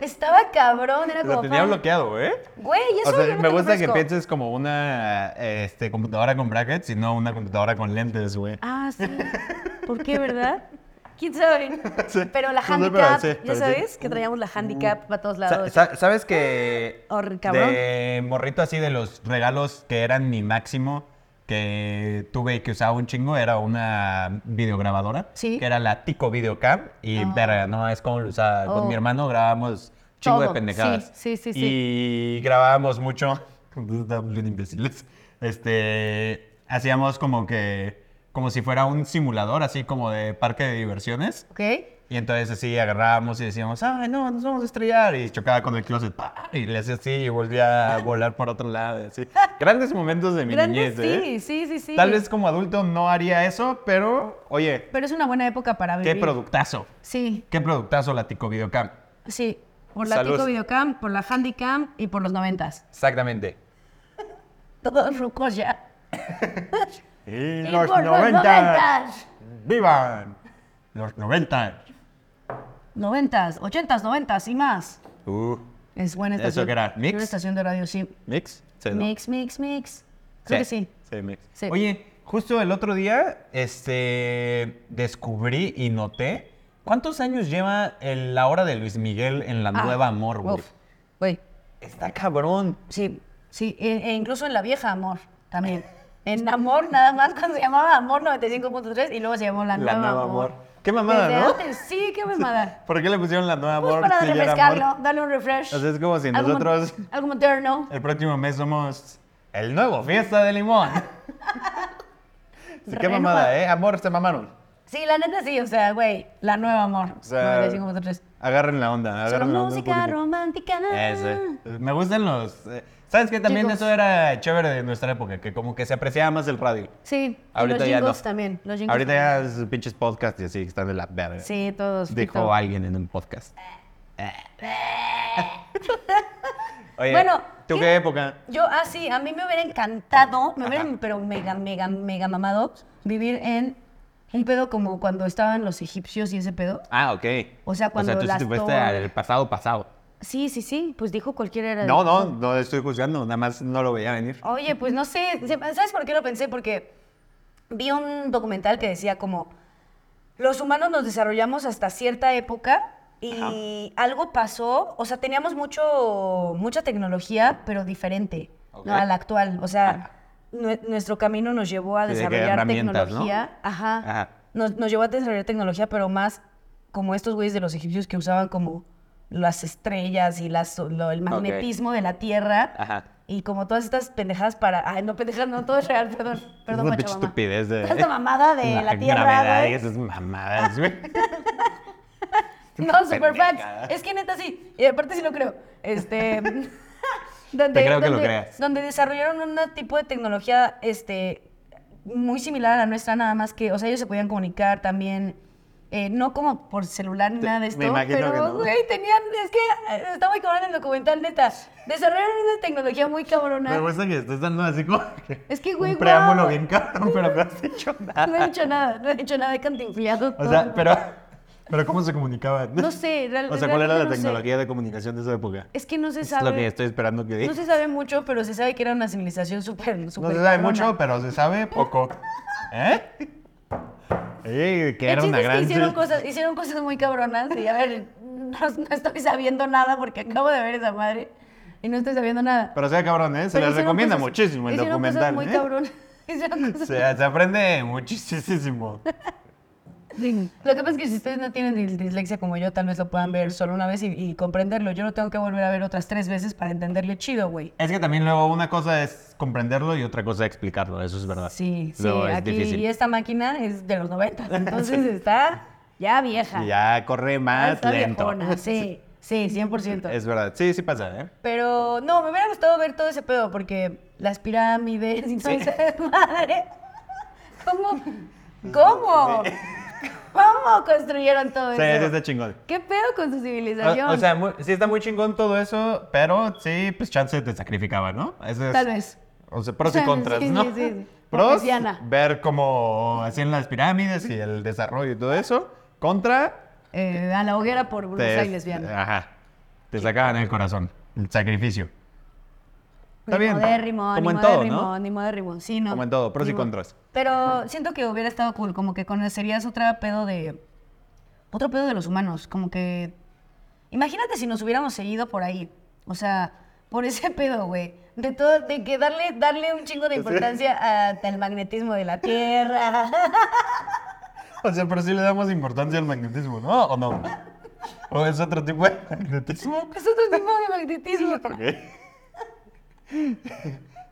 [SPEAKER 2] Estaba cabrón, era como.
[SPEAKER 3] Lo tenía
[SPEAKER 2] fan.
[SPEAKER 3] bloqueado, ¿eh?
[SPEAKER 2] Güey, eso
[SPEAKER 3] O sea,
[SPEAKER 2] yo no
[SPEAKER 3] me
[SPEAKER 2] te lo
[SPEAKER 3] gusta que
[SPEAKER 2] ofrezco.
[SPEAKER 3] pienses como una este, computadora con brackets y no una computadora con lentes, güey.
[SPEAKER 2] Ah, sí. ¿Por qué, verdad? ¿Quién sabe?
[SPEAKER 3] Sí.
[SPEAKER 2] Pero
[SPEAKER 3] No sé, pero
[SPEAKER 2] la handicap,
[SPEAKER 3] sí,
[SPEAKER 2] ya
[SPEAKER 3] pero sí. Uh, Mm.
[SPEAKER 2] sabes, que traíamos la handicap para todos
[SPEAKER 3] Sa-
[SPEAKER 2] lados.
[SPEAKER 3] sa- ¿Sabes que
[SPEAKER 2] Hor- cabrón.
[SPEAKER 3] de morrito así de los regalos que eran mi máximo que tuve y que usaba un chingo era una videograbadora
[SPEAKER 2] Sí. Ah.
[SPEAKER 3] que era la Tico Videocam y verga, no es como lo usaba
[SPEAKER 2] Oh.
[SPEAKER 3] con mi hermano grabábamos chingo
[SPEAKER 2] Todo.
[SPEAKER 3] de pendejadas
[SPEAKER 2] Sí, sí, sí,
[SPEAKER 3] y grabábamos mucho estábamos bien imbéciles este hacíamos como que como si fuera un simulador así como de parque de diversiones
[SPEAKER 2] ¿Ok?
[SPEAKER 3] y entonces así agarrábamos y decíamos, ay, no, nos vamos a estrellar. Y chocaba con el closet, ¡pa! y le hacía así y volvía a volar por otro lado. y así. Grandes momentos de mi niñez,
[SPEAKER 2] Grandes,
[SPEAKER 3] ¿eh?
[SPEAKER 2] sí, sí, sí, sí.
[SPEAKER 3] Tal vez como adulto no haría eso, pero, oye,
[SPEAKER 2] Pero es una buena época para
[SPEAKER 3] qué
[SPEAKER 2] vivir.
[SPEAKER 3] productazo.
[SPEAKER 2] Sí,
[SPEAKER 3] Qué productazo la Tico Videocam.
[SPEAKER 2] sí. Por la
[SPEAKER 3] Salud.
[SPEAKER 2] Tico Videocam, por la Handicam y por los noventas.
[SPEAKER 3] Exactamente.
[SPEAKER 2] Todos rucos ya.
[SPEAKER 3] Y
[SPEAKER 2] Y
[SPEAKER 3] los
[SPEAKER 2] por los
[SPEAKER 3] 90.
[SPEAKER 2] noventas.
[SPEAKER 3] ¡Vivan! Los 90.
[SPEAKER 2] Noventas, ochentas, noventas y más.
[SPEAKER 3] Uh,
[SPEAKER 2] Es buena
[SPEAKER 3] ¿Eso
[SPEAKER 2] estación.
[SPEAKER 3] qué era? ¿Mix?
[SPEAKER 2] Una estación de radio, sí.
[SPEAKER 3] ¿Mix? Sí, ¿no?
[SPEAKER 2] Mix, mix, mix. Creo que sí.
[SPEAKER 3] mix.
[SPEAKER 2] Sí.
[SPEAKER 3] Oye, justo el otro día, este, descubrí y noté cuántos años lleva el- la hora de Luis Miguel en la
[SPEAKER 2] Ah,
[SPEAKER 3] nueva Amor, güey.
[SPEAKER 2] uf, Güey.
[SPEAKER 3] Está cabrón.
[SPEAKER 2] Sí, sí, e, e incluso en la vieja Amor también. En Amor nada más cuando se llamaba Amor 95.3 y luego se llamó La Nueva, amor.
[SPEAKER 3] Qué mamada,
[SPEAKER 2] Desde
[SPEAKER 3] ¿no?
[SPEAKER 2] antes, sí, qué mamada.
[SPEAKER 3] ¿Por qué le pusieron la nueva
[SPEAKER 2] Pues
[SPEAKER 3] amor?
[SPEAKER 2] para
[SPEAKER 3] si ya era
[SPEAKER 2] refrescarlo,
[SPEAKER 3] amor?
[SPEAKER 2] darle un refresh.
[SPEAKER 3] O sea, es como si
[SPEAKER 2] Algo mo-
[SPEAKER 3] nosotros-
[SPEAKER 2] Algo moderno.
[SPEAKER 3] El próximo mes somos el nuevo Fiesta de Limón. Sí, qué
[SPEAKER 2] Renueva.
[SPEAKER 3] mamada, ¿eh? Amor, se mamaron.
[SPEAKER 2] Sí, la neta sí, o sea, güey, La Nueva Amor
[SPEAKER 3] O sea,
[SPEAKER 2] 95.3
[SPEAKER 3] agarren la onda.
[SPEAKER 2] Solo
[SPEAKER 3] Agarren la onda un
[SPEAKER 2] música
[SPEAKER 3] poquito.
[SPEAKER 2] romántica.
[SPEAKER 3] Ese. Me gustan los. eh, ¿Sabes qué? También
[SPEAKER 2] Jingles.
[SPEAKER 3] eso era chévere de nuestra época, que como que se apreciaba más el radio.
[SPEAKER 2] Sí, y
[SPEAKER 3] Ahorita
[SPEAKER 2] los
[SPEAKER 3] ya
[SPEAKER 2] jingles
[SPEAKER 3] no.
[SPEAKER 2] también. Los jingles
[SPEAKER 3] Ahorita
[SPEAKER 2] también.
[SPEAKER 3] ya es pinches podcasts y así, que están de la verga.
[SPEAKER 2] Sí, todos.
[SPEAKER 3] Dijo
[SPEAKER 2] pito.
[SPEAKER 3] alguien en un podcast. Oye,
[SPEAKER 2] Bueno,
[SPEAKER 3] ¿tú
[SPEAKER 2] ¿qué-
[SPEAKER 3] qué, época?
[SPEAKER 2] Yo, ah, sí, a mí me hubiera encantado, me hubiera,
[SPEAKER 3] Ajá.
[SPEAKER 2] pero mega, mega, mega mamado, vivir en un pedo como cuando estaban los egipcios y ese pedo.
[SPEAKER 3] Ah, ok.
[SPEAKER 2] O sea, cuando
[SPEAKER 3] tú sí
[SPEAKER 2] las
[SPEAKER 3] te fuiste
[SPEAKER 2] torres-
[SPEAKER 3] al pasado pasado.
[SPEAKER 2] Sí, sí, sí, pues dijo cualquiera era...
[SPEAKER 3] No, no, no estoy juzgando, nada más no lo veía venir.
[SPEAKER 2] Oye, pues no sé, se- ¿sabes por qué lo pensé? Porque vi un documental que decía como, los humanos nos desarrollamos hasta cierta época y algo pasó, o sea, teníamos mucho, mucha tecnología, pero diferente
[SPEAKER 3] Ok.
[SPEAKER 2] ¿no? a la actual. O sea, nue- nuestro camino nos llevó a
[SPEAKER 3] Sí, de que
[SPEAKER 2] desarrollar
[SPEAKER 3] herramientas, ¿no?
[SPEAKER 2] tecnología. Ajá.
[SPEAKER 3] Ajá.
[SPEAKER 2] Nos, nos llevó a desarrollar tecnología, pero más como estos güeyes de los egipcios que usaban como las estrellas y las, lo- el magnetismo de la Tierra.
[SPEAKER 3] Ajá.
[SPEAKER 2] Y como todas estas pendejadas para. Ay, no, pendejadas, no, todo es real, perdón. Perdón,
[SPEAKER 3] una pinche
[SPEAKER 2] Pachamama.
[SPEAKER 3] estupidez de.
[SPEAKER 2] Tanta mamada de la, tierra,
[SPEAKER 3] gravedad y
[SPEAKER 2] güey.
[SPEAKER 3] esas mamadas, güey.
[SPEAKER 2] No, super
[SPEAKER 3] pendejada.
[SPEAKER 2] facts. Es que neta sí. Y aparte sí lo creo. Este. donde,
[SPEAKER 3] Te creo que lo
[SPEAKER 2] donde-
[SPEAKER 3] creas.
[SPEAKER 2] Donde desarrollaron un tipo de tecnología, este. Muy similar a la nuestra, nada más que. O sea, ellos se podían comunicar también. eh, no como por celular ni
[SPEAKER 3] Te-
[SPEAKER 2] nada de
[SPEAKER 3] me
[SPEAKER 2] esto,
[SPEAKER 3] imagino que
[SPEAKER 2] pero
[SPEAKER 3] no.
[SPEAKER 2] güey, tenían, es que eh, está muy cabrón el documental, neta. Desarrollaron una tecnología muy cabrona.
[SPEAKER 3] Me gusta que estés dando así como.
[SPEAKER 2] Es que, güey,
[SPEAKER 3] Un preámbulo
[SPEAKER 2] guau.
[SPEAKER 3] bien cabrón, pero no has hecho nada.
[SPEAKER 2] No he dicho nada, no he dicho nada, he cantinfliado
[SPEAKER 3] O
[SPEAKER 2] todo.
[SPEAKER 3] sea, pero. Pero ¿cómo se comunicaban?
[SPEAKER 2] No sé, real-
[SPEAKER 3] O sea, ¿cuál era la
[SPEAKER 2] realmente no sé.
[SPEAKER 3] tecnología de comunicación de esa época?
[SPEAKER 2] Es que no se
[SPEAKER 3] Es lo que
[SPEAKER 2] sabe.
[SPEAKER 3] estoy esperando que diga.
[SPEAKER 2] No se sabe mucho, pero se sabe que era una civilización súper,
[SPEAKER 3] No
[SPEAKER 2] súper.
[SPEAKER 3] se sabe
[SPEAKER 2] cabrona.
[SPEAKER 3] mucho, pero se sabe poco. ¿Eh? Ey, que
[SPEAKER 2] El
[SPEAKER 3] era
[SPEAKER 2] chiste
[SPEAKER 3] una
[SPEAKER 2] es que
[SPEAKER 3] gran.
[SPEAKER 2] hicieron cosas, hicieron cosas muy cabronas y a ver, no, no estoy sabiendo nada porque acabo de ver esa madre. y no estoy sabiendo nada.
[SPEAKER 3] Pero sea cabrón, ¿eh? Se
[SPEAKER 2] Pero
[SPEAKER 3] les
[SPEAKER 2] hicieron
[SPEAKER 3] recomienda
[SPEAKER 2] cosas-
[SPEAKER 3] muchísimo el
[SPEAKER 2] hicieron
[SPEAKER 3] documental.
[SPEAKER 2] Cosas muy
[SPEAKER 3] ¿eh?
[SPEAKER 2] cabrón. Hicieron
[SPEAKER 3] O
[SPEAKER 2] cosas-
[SPEAKER 3] sea, se aprende muchísimo.
[SPEAKER 2] Lo que pasa es que si ustedes no tienen dis- dislexia como yo, tal vez lo puedan ver solo una vez y, y comprenderlo. Yo lo tengo que volver a ver otras tres veces para entenderle chido, güey.
[SPEAKER 3] Es que también luego una cosa es comprenderlo y otra cosa explicarlo, eso es verdad.
[SPEAKER 2] Sí, sí,
[SPEAKER 3] Luego es
[SPEAKER 2] aquí
[SPEAKER 3] difícil.
[SPEAKER 2] y esta máquina es de los 90, entonces está ya vieja. Ah,
[SPEAKER 3] Y Ya corre más
[SPEAKER 2] está
[SPEAKER 3] lento.
[SPEAKER 2] viejona, sí, sí, 100%.
[SPEAKER 3] Es verdad, sí, sí pasa, ¿eh?
[SPEAKER 2] Pero no, me hubiera gustado ver todo ese pedo porque las pirámides y todo ese madre. ¿Cómo? ¿Cómo? ¿Cómo construyeron todo
[SPEAKER 3] Sí,
[SPEAKER 2] eso?
[SPEAKER 3] sí está chingón.
[SPEAKER 2] ¿Qué pedo con su civilización?
[SPEAKER 3] O, o sea, muy- sí está muy chingón todo eso, pero sí, pues chance te sacrificaba, ¿no? Eso es-
[SPEAKER 2] Tal vez.
[SPEAKER 3] O sea, pros
[SPEAKER 2] O sea,
[SPEAKER 3] y contras,
[SPEAKER 2] sí,
[SPEAKER 3] ¿no?
[SPEAKER 2] sí, sí, sí.
[SPEAKER 3] Pros,
[SPEAKER 2] Cartesiana.
[SPEAKER 3] ver cómo hacían las pirámides y el desarrollo y todo eso. Contra,
[SPEAKER 2] Eh, a la hoguera por Bruce
[SPEAKER 3] te,
[SPEAKER 2] y lesbiana.
[SPEAKER 3] ajá, te sacaban el corazón, el sacrificio. Está bien.
[SPEAKER 2] Nimodérrimo,
[SPEAKER 3] Como en todo,
[SPEAKER 2] nimodérrimo,
[SPEAKER 3] ¿no?
[SPEAKER 2] nimodérrimo. Sí, no.
[SPEAKER 3] Como en todo, pros y
[SPEAKER 2] Nimo-
[SPEAKER 3] contras.
[SPEAKER 2] Pero siento que hubiera estado cool, como que conocerías otro pedo de. Otro pedo de los humanos, como que. Imagínate si nos hubiéramos seguido por ahí. O sea, por ese pedo, güey. De todo, de que darle, darle un chingo de importancia a- al magnetismo de la Tierra.
[SPEAKER 3] O sea, pero sí le damos importancia al magnetismo, ¿no? ¿O no? ¿O es otro tipo de magnetismo?
[SPEAKER 2] es otro tipo de magnetismo.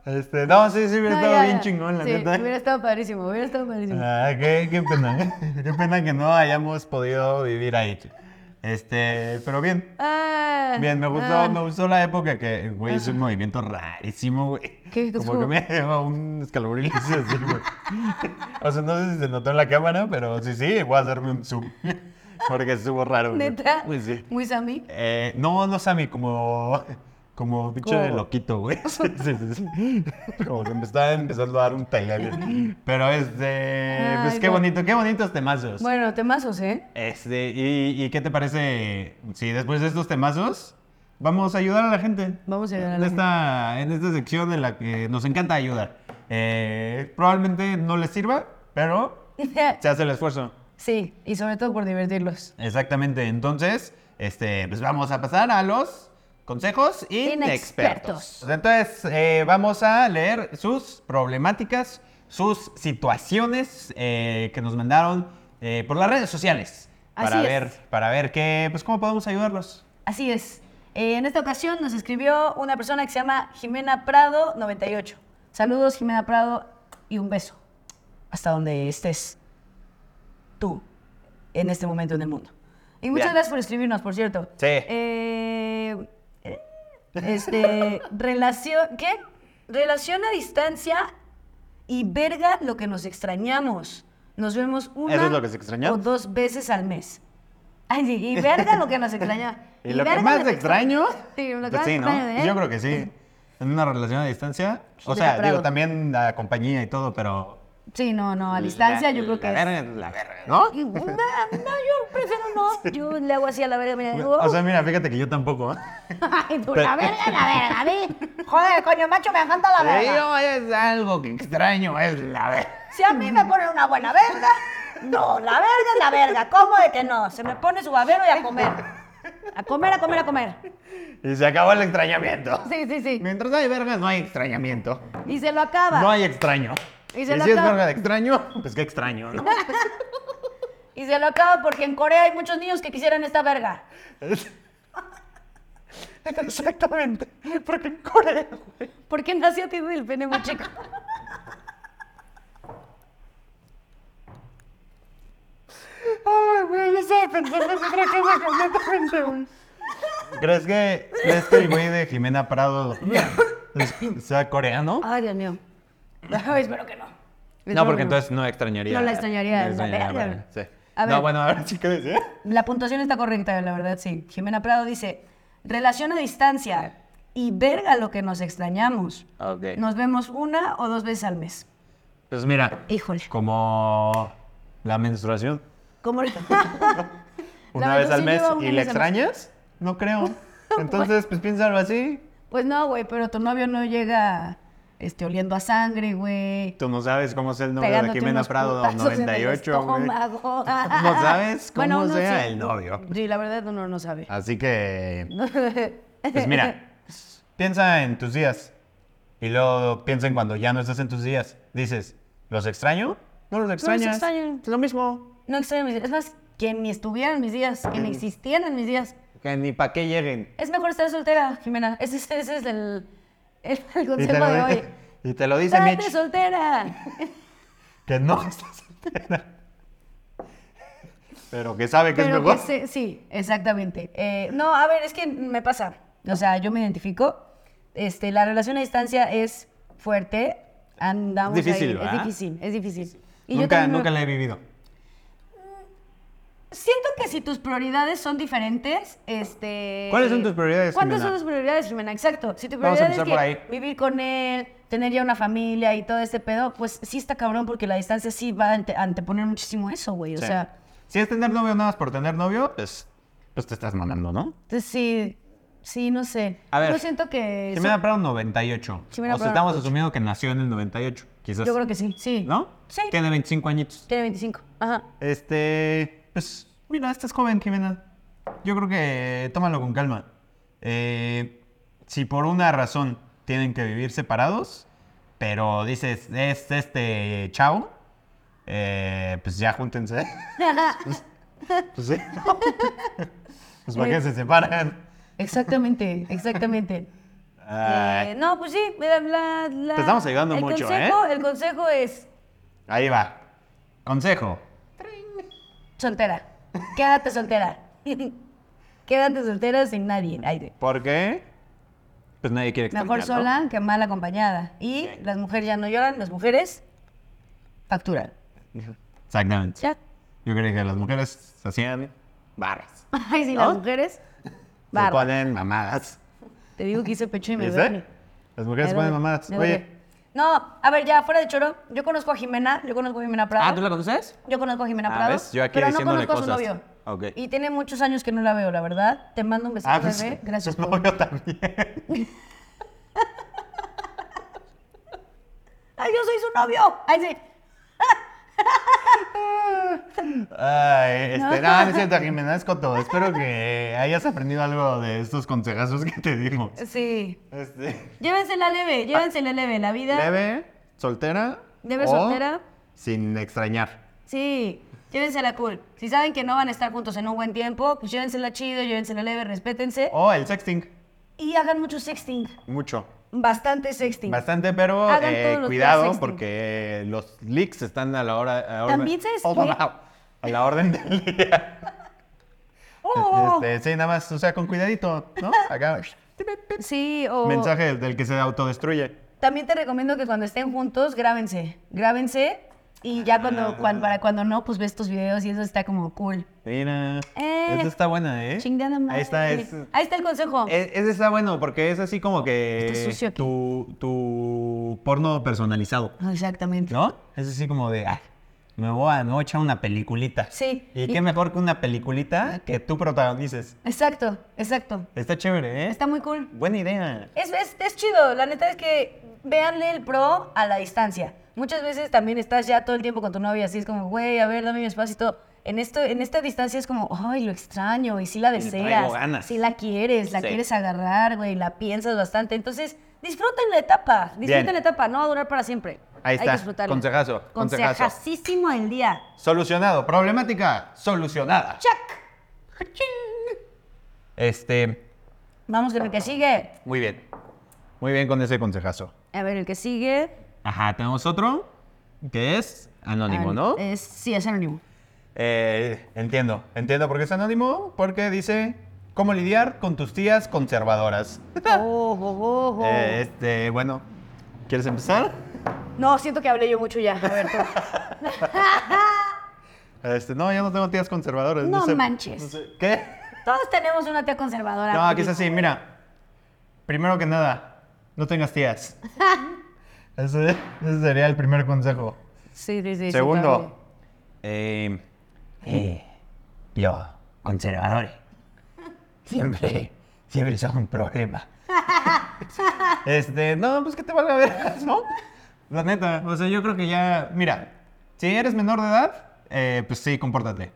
[SPEAKER 3] Este, no, sí, sí, hubiera
[SPEAKER 2] No,
[SPEAKER 3] estado
[SPEAKER 2] ya,
[SPEAKER 3] bien
[SPEAKER 2] ya.
[SPEAKER 3] chingón, la
[SPEAKER 2] Sí,
[SPEAKER 3] neta.
[SPEAKER 2] Hubiera estado padrísimo, hubiera estado padrísimo.
[SPEAKER 3] Ah, qué, qué pena. ¿eh? qué pena que no hayamos podido vivir ahí. Este, pero bien.
[SPEAKER 2] Ah,
[SPEAKER 3] Bien, me gustó,
[SPEAKER 2] ah.
[SPEAKER 3] me gustó la época que, güey, es un movimiento rarísimo, güey.
[SPEAKER 2] ¿Qué- qué
[SPEAKER 3] Como
[SPEAKER 2] fue?
[SPEAKER 3] que me lleva un escalofrío así, güey. O sea, no sé si se notó en la cámara, pero sí, sí, voy a hacerme un zoom. Porque estuvo raro, güey.
[SPEAKER 2] Neta.
[SPEAKER 3] Pues sí.
[SPEAKER 2] Muy Sammy.
[SPEAKER 3] Eh, no, no Sammy, como. Como bicho de
[SPEAKER 2] Como-
[SPEAKER 3] loquito, güey. Sí, sí, sí, sí. Como que me estaba empezando a dar un taller. Pero este. pues
[SPEAKER 2] Ay,
[SPEAKER 3] qué
[SPEAKER 2] no.
[SPEAKER 3] bonito, qué bonitos temazos.
[SPEAKER 2] Bueno, temazos, ¿eh?
[SPEAKER 3] Este, y, y qué te parece si después de estos temazos vamos a ayudar a la gente?
[SPEAKER 2] Vamos a ayudar a
[SPEAKER 3] en
[SPEAKER 2] la
[SPEAKER 3] esta, En esta sección en la que nos encanta ayudar. Eh, probablemente no les sirva, pero se hace el esfuerzo.
[SPEAKER 2] Sí, y sobre todo por divertirlos.
[SPEAKER 3] Exactamente. Entonces, este, pues vamos a pasar a los consejos inexpertos.
[SPEAKER 2] Inexpertos.
[SPEAKER 3] Entonces, eh, vamos a leer sus problemáticas, sus situaciones eh, que nos mandaron eh, por las redes sociales.
[SPEAKER 2] Así
[SPEAKER 3] Para
[SPEAKER 2] es.
[SPEAKER 3] ver, para ver qué, pues cómo podemos ayudarlos.
[SPEAKER 2] Así es. Eh, en esta ocasión nos escribió una persona que se llama Jimena Prado 98. Saludos, Jimena Prado, y un beso. Hasta donde estés tú en este momento en el mundo. Y muchas
[SPEAKER 3] Bien.
[SPEAKER 2] gracias por escribirnos, por cierto.
[SPEAKER 3] Sí.
[SPEAKER 2] Eh, eh, este, relación, ¿qué? Relación a distancia y verga lo que nos extrañamos. Nos vemos una
[SPEAKER 3] ¿Eso es lo que se extraña?
[SPEAKER 2] o dos veces al mes. Ay, sí, y verga lo que nos extraña.
[SPEAKER 3] Y, lo que
[SPEAKER 2] verga
[SPEAKER 3] más
[SPEAKER 2] te
[SPEAKER 3] extraño.
[SPEAKER 2] Sí, lo que
[SPEAKER 3] pues
[SPEAKER 2] más
[SPEAKER 3] sí, ¿no?
[SPEAKER 2] extraño de él.
[SPEAKER 3] Yo creo que sí. En una relación a distancia. O
[SPEAKER 2] Jimena
[SPEAKER 3] sea, digo,
[SPEAKER 2] Prado.
[SPEAKER 3] también la compañía y todo, pero.
[SPEAKER 2] Sí, no, no, a distancia
[SPEAKER 3] la-
[SPEAKER 2] yo creo que
[SPEAKER 3] la
[SPEAKER 2] es-
[SPEAKER 3] verga es la verga, ¿no?
[SPEAKER 2] Y- No, yo prefiero no. Yo le hago así a la verga. Mira, digo,
[SPEAKER 3] O sea, mira, fíjate que yo tampoco. ¿eh?
[SPEAKER 2] ay, tú,
[SPEAKER 3] pero-
[SPEAKER 2] la verga, la verga, a mí. Joder, coño, macho, me encanta la
[SPEAKER 3] Sí,
[SPEAKER 2] verga.
[SPEAKER 3] no, es algo que extraño, es la verga.
[SPEAKER 2] Si a mí me ponen una buena verga, no, la verga es la verga. ¿Cómo de que no? Se me pone su babero y a comer. A comer, a comer, a comer.
[SPEAKER 3] Y se acabó el extrañamiento.
[SPEAKER 2] Sí, sí, sí.
[SPEAKER 3] Mientras hay vergas, no hay extrañamiento.
[SPEAKER 2] Y se lo acaba.
[SPEAKER 3] No hay extraño.
[SPEAKER 2] Y se lo
[SPEAKER 3] si es
[SPEAKER 2] acaba.
[SPEAKER 3] verga de extraño, pues qué extraño, ¿no?
[SPEAKER 2] Y se lo acaba porque en Corea hay muchos niños que quisieran esta verga.
[SPEAKER 3] Exactamente. Porque en Corea, güey.
[SPEAKER 2] ¿Por qué en Asia tiene el pene muy chico?
[SPEAKER 3] Ay, güey, yo estaba pensando en otra cosa completamente, güey. ¿Crees que, ¿Crees que el güey de Jimena Prado sea coreano?
[SPEAKER 2] Ay, Dios mío. Ay, espero que no.
[SPEAKER 3] Ah, No,
[SPEAKER 2] Espero
[SPEAKER 3] porque
[SPEAKER 2] que
[SPEAKER 3] entonces no extrañaría.
[SPEAKER 2] No la extrañaría,
[SPEAKER 3] No extrañaría,
[SPEAKER 2] la verga.
[SPEAKER 3] verga, sí.
[SPEAKER 2] A
[SPEAKER 3] No,
[SPEAKER 2] ver.
[SPEAKER 3] bueno, a ver, sí, ¿qué decía?
[SPEAKER 2] La puntuación está correcta, la verdad, sí. Jimena Prado dice, relación a distancia y verga lo que nos extrañamos.
[SPEAKER 3] Ok.
[SPEAKER 2] Nos vemos una o dos veces al mes.
[SPEAKER 3] Pues mira,
[SPEAKER 2] Híjole.
[SPEAKER 3] como la menstruación.
[SPEAKER 2] ¿Cómo le-
[SPEAKER 3] Una
[SPEAKER 2] La
[SPEAKER 3] vez al
[SPEAKER 2] menstruación
[SPEAKER 3] mes
[SPEAKER 2] lleva una
[SPEAKER 3] y
[SPEAKER 2] vez
[SPEAKER 3] la
[SPEAKER 2] al mes.
[SPEAKER 3] extrañas, no creo. Entonces, pues piénsalo así.
[SPEAKER 2] Pues no, güey, pero tu novio no llega este, oliendo a sangre, güey.
[SPEAKER 3] Tú no sabes cómo es el novio de
[SPEAKER 2] Pegándote
[SPEAKER 3] Jimena
[SPEAKER 2] unos
[SPEAKER 3] Prado
[SPEAKER 2] putazos en el
[SPEAKER 3] 98, güey.
[SPEAKER 2] estómago.
[SPEAKER 3] No sabes cómo
[SPEAKER 2] Bueno, uno
[SPEAKER 3] sea
[SPEAKER 2] sí.
[SPEAKER 3] el novio. Ah,
[SPEAKER 2] Sí, la verdad uno no sabe.
[SPEAKER 3] Así que, pues mira, piensa en tus días. Y luego piensa en cuando ya no estás en tus días. Dices, ¿los extraño? No los extrañas.
[SPEAKER 2] extraño.
[SPEAKER 3] Es lo mismo.
[SPEAKER 2] No extraño mis días. Es más, que ni estuvieran mis días, que ni existían en mis días.
[SPEAKER 1] Que ni para qué lleguen.
[SPEAKER 2] Es mejor estar soltera, Jimena. Ese, es- ese es el, el- el consejo de hoy.
[SPEAKER 3] y te lo dice
[SPEAKER 2] ¡Estate
[SPEAKER 3] Mitch,
[SPEAKER 2] soltera!
[SPEAKER 3] que no estás soltera. Pero que sabe que es
[SPEAKER 2] Pero
[SPEAKER 3] mejor.
[SPEAKER 2] que se- sí, exactamente. Eh, no, a ver, es que me pasa. O sea, yo me identifico. Este, la relación a distancia es fuerte. Andamos
[SPEAKER 1] Es difícil,
[SPEAKER 2] ahí. Es
[SPEAKER 1] ¿verdad?
[SPEAKER 2] difícil, es difícil. Y yo
[SPEAKER 3] Nunca,
[SPEAKER 2] también me-
[SPEAKER 3] nunca la he vivido.
[SPEAKER 2] Siento que si tus prioridades son diferentes, este...
[SPEAKER 3] ¿Cuáles son tus prioridades,
[SPEAKER 2] ¿Cuáles
[SPEAKER 3] Jimena?
[SPEAKER 2] son tus prioridades, Jimena? Exacto. Si tu
[SPEAKER 1] Vamos a
[SPEAKER 2] prioridad es
[SPEAKER 1] empezar por
[SPEAKER 2] que
[SPEAKER 1] ahí.
[SPEAKER 2] vivir con él, tener ya una familia y todo este pedo, pues sí está cabrón porque la distancia sí va a ante- anteponer muchísimo eso, güey. O
[SPEAKER 3] Sí.
[SPEAKER 2] sea,
[SPEAKER 3] si es tener novio nada más por tener novio, pues, pues te estás mandando, ¿no?
[SPEAKER 2] entonces sí, sí, no sé.
[SPEAKER 1] A ver,
[SPEAKER 2] Yo siento que...
[SPEAKER 3] Jimena Brown, 98.
[SPEAKER 2] Jimena
[SPEAKER 3] o sea,
[SPEAKER 2] Brown,
[SPEAKER 3] estamos asumiendo que nació en el 98, quizás.
[SPEAKER 2] Yo creo que sí, sí.
[SPEAKER 3] ¿No?
[SPEAKER 2] Sí.
[SPEAKER 3] Tiene 25 añitos.
[SPEAKER 2] Tiene 25. Ajá.
[SPEAKER 3] Este, pues, mira, estás joven, Jimena. Yo creo que tómalo con calma. Eh, si por una razón tienen que vivir separados, pero dices, es este chao, eh, pues ya júntense. pues sí. ¿no? pues para qué se separan.
[SPEAKER 2] Exactamente, exactamente.
[SPEAKER 3] Ay,
[SPEAKER 2] Eh, no, pues sí, bla, bla, bla.
[SPEAKER 3] Te estamos ayudando
[SPEAKER 2] el
[SPEAKER 3] mucho,
[SPEAKER 2] consejo,
[SPEAKER 3] ¿eh?
[SPEAKER 2] El consejo es
[SPEAKER 3] ahí va. Consejo.
[SPEAKER 2] soltera. Quédate soltera. Quédate soltera sin nadie. Ay, güey.
[SPEAKER 3] ¿Por qué? Pues nadie quiere extrañar,
[SPEAKER 2] mejor
[SPEAKER 3] ¿no?
[SPEAKER 2] sola que mal acompañada. Y las mujeres ya no lloran, las mujeres facturan.
[SPEAKER 3] Exactamente.
[SPEAKER 2] Ya.
[SPEAKER 3] Yo creí que las mujeres hacían barras.
[SPEAKER 2] Ay, sí,
[SPEAKER 3] ¿No?
[SPEAKER 2] las mujeres.
[SPEAKER 3] Se
[SPEAKER 2] Barra.
[SPEAKER 3] ponen mamadas.
[SPEAKER 2] Te digo que hice pecho y me duele.
[SPEAKER 3] ¿Viste? Las mujeres se
[SPEAKER 2] Me
[SPEAKER 3] ponen
[SPEAKER 2] duele,
[SPEAKER 3] mamadas.
[SPEAKER 2] me duele.
[SPEAKER 3] Oye,
[SPEAKER 2] No, a ver, ya fuera de choro, yo conozco a Jimena, yo conozco a Jimena Prado.
[SPEAKER 1] Ah, ¿tú la conoces?
[SPEAKER 2] Yo conozco a Jimena
[SPEAKER 1] Ah,
[SPEAKER 2] Prado,
[SPEAKER 1] ¿ves? Yo aquí
[SPEAKER 2] pero no
[SPEAKER 1] diciéndole
[SPEAKER 2] conozco a su
[SPEAKER 1] cosas.
[SPEAKER 2] novio.
[SPEAKER 1] Ok.
[SPEAKER 2] Y tiene muchos años que no la veo, la verdad. Te mando un besito,
[SPEAKER 3] ah, pues,
[SPEAKER 2] bebé. Gracias.
[SPEAKER 3] su
[SPEAKER 2] por-
[SPEAKER 3] novio también.
[SPEAKER 2] ¡Ay, yo soy su novio! ¡Ay, sí!
[SPEAKER 3] Ay, este, no, no es cierto, Jimena, es coto. Espero que hayas aprendido algo de estos consejazos que te dimos.
[SPEAKER 2] Sí.
[SPEAKER 3] Este,
[SPEAKER 2] Llévensela leve, llévensela leve. La vida...
[SPEAKER 3] leve, soltera.
[SPEAKER 2] Leve,
[SPEAKER 3] o
[SPEAKER 2] soltera.
[SPEAKER 3] Sin extrañar.
[SPEAKER 2] Sí, llévensela cool. Si saben que no van a estar juntos en un buen tiempo, pues llévensela chido, llévensela leve, respétense.
[SPEAKER 3] O el sexting.
[SPEAKER 2] Y hagan mucho sexting.
[SPEAKER 3] Mucho.
[SPEAKER 2] Bastante sexting.
[SPEAKER 3] Bastante, pero
[SPEAKER 2] Hagan
[SPEAKER 3] eh,
[SPEAKER 2] todos los
[SPEAKER 3] cuidado
[SPEAKER 2] sexting.
[SPEAKER 3] porque los leaks están a la hora. a la orden-
[SPEAKER 2] También se
[SPEAKER 3] Oh,
[SPEAKER 2] estudia-
[SPEAKER 3] wow, A la orden del día.
[SPEAKER 2] Oh,
[SPEAKER 3] Este, sí, nada más, o sea, con cuidadito, ¿no? Acá,
[SPEAKER 2] Sí, oh. o...
[SPEAKER 3] mensaje del, del que se autodestruye.
[SPEAKER 2] También te recomiendo que cuando estén juntos, grábense. Grábense y ya
[SPEAKER 3] Ah,
[SPEAKER 2] cuando, cuan- para cuando no, pues ves tus videos y eso está como cool.
[SPEAKER 3] Mira,
[SPEAKER 2] Eh,
[SPEAKER 3] esa está buena, ¿eh?
[SPEAKER 2] Chingada madre.
[SPEAKER 3] Ahí está, es, e-
[SPEAKER 2] Ahí está el consejo.
[SPEAKER 3] ese está bueno porque es así como que
[SPEAKER 2] Está sucio aquí.
[SPEAKER 3] tu, tu porno personalizado,
[SPEAKER 2] Exactamente.
[SPEAKER 3] ¿no? Es así como de, ay, me voy a, me voy a echar una peliculita.
[SPEAKER 2] Sí.
[SPEAKER 3] Y qué mejor que una peliculita que tú protagonices.
[SPEAKER 2] Exacto, exacto.
[SPEAKER 3] Está chévere, ¿eh?
[SPEAKER 2] Está muy cool.
[SPEAKER 3] Buena idea.
[SPEAKER 2] Es, es, es chido, la neta es que véanle el pro a la distancia. Muchas veces también estás ya todo el tiempo con tu novia, así es como, güey, a ver, dame mi espacio y todo. En, esto, en esta distancia es como, ay, lo extraño, y si la
[SPEAKER 1] traigo
[SPEAKER 2] deseas,
[SPEAKER 1] ganas.
[SPEAKER 2] si la quieres, la
[SPEAKER 1] Sí.
[SPEAKER 2] quieres agarrar, güey, la piensas bastante. Entonces, disfruten la etapa, disfruten
[SPEAKER 3] Bien.
[SPEAKER 2] la etapa, no va a durar para siempre.
[SPEAKER 3] Ahí
[SPEAKER 2] Hay que
[SPEAKER 3] está,
[SPEAKER 2] disfrutarla.
[SPEAKER 3] consejazo, consejazo.
[SPEAKER 2] Consejasísimo del día.
[SPEAKER 3] Solucionado. Problemática solucionada.
[SPEAKER 2] ¡Chac!
[SPEAKER 3] Este,
[SPEAKER 2] Vamos con el que sigue.
[SPEAKER 3] muy bien. Muy bien con ese consejazo.
[SPEAKER 2] A ver, el que sigue.
[SPEAKER 3] Ajá, tenemos otro que es anónimo, ¿no?
[SPEAKER 2] Es, sí, es anónimo.
[SPEAKER 3] Eh, entiendo, entiendo por qué es anónimo, porque dice cómo lidiar con tus tías conservadoras.
[SPEAKER 2] Oh, oh, oh, oh.
[SPEAKER 3] Eh, este, bueno, ¿quieres empezar?
[SPEAKER 2] No, siento que hablé yo mucho ya. A ver, tú.
[SPEAKER 3] Este, no, yo no tengo tías conservadoras.
[SPEAKER 2] No
[SPEAKER 3] sé-
[SPEAKER 2] manches.
[SPEAKER 3] no sé- ¿Qué?
[SPEAKER 2] Todos tenemos una tía conservadora.
[SPEAKER 3] No, aquí es así, mira. Primero que nada, no tengas tías. ese, ese sería el primer consejo.
[SPEAKER 2] Sí, sí, sí. sí,
[SPEAKER 3] Segundo. eh, eh, yo, conservadores. Siempre, siempre son un problema. este, no, pues que te valga ver, ¿no? La neta, o sea, yo creo que ya, mira, si eres menor de edad, eh, pues sí, compórtate.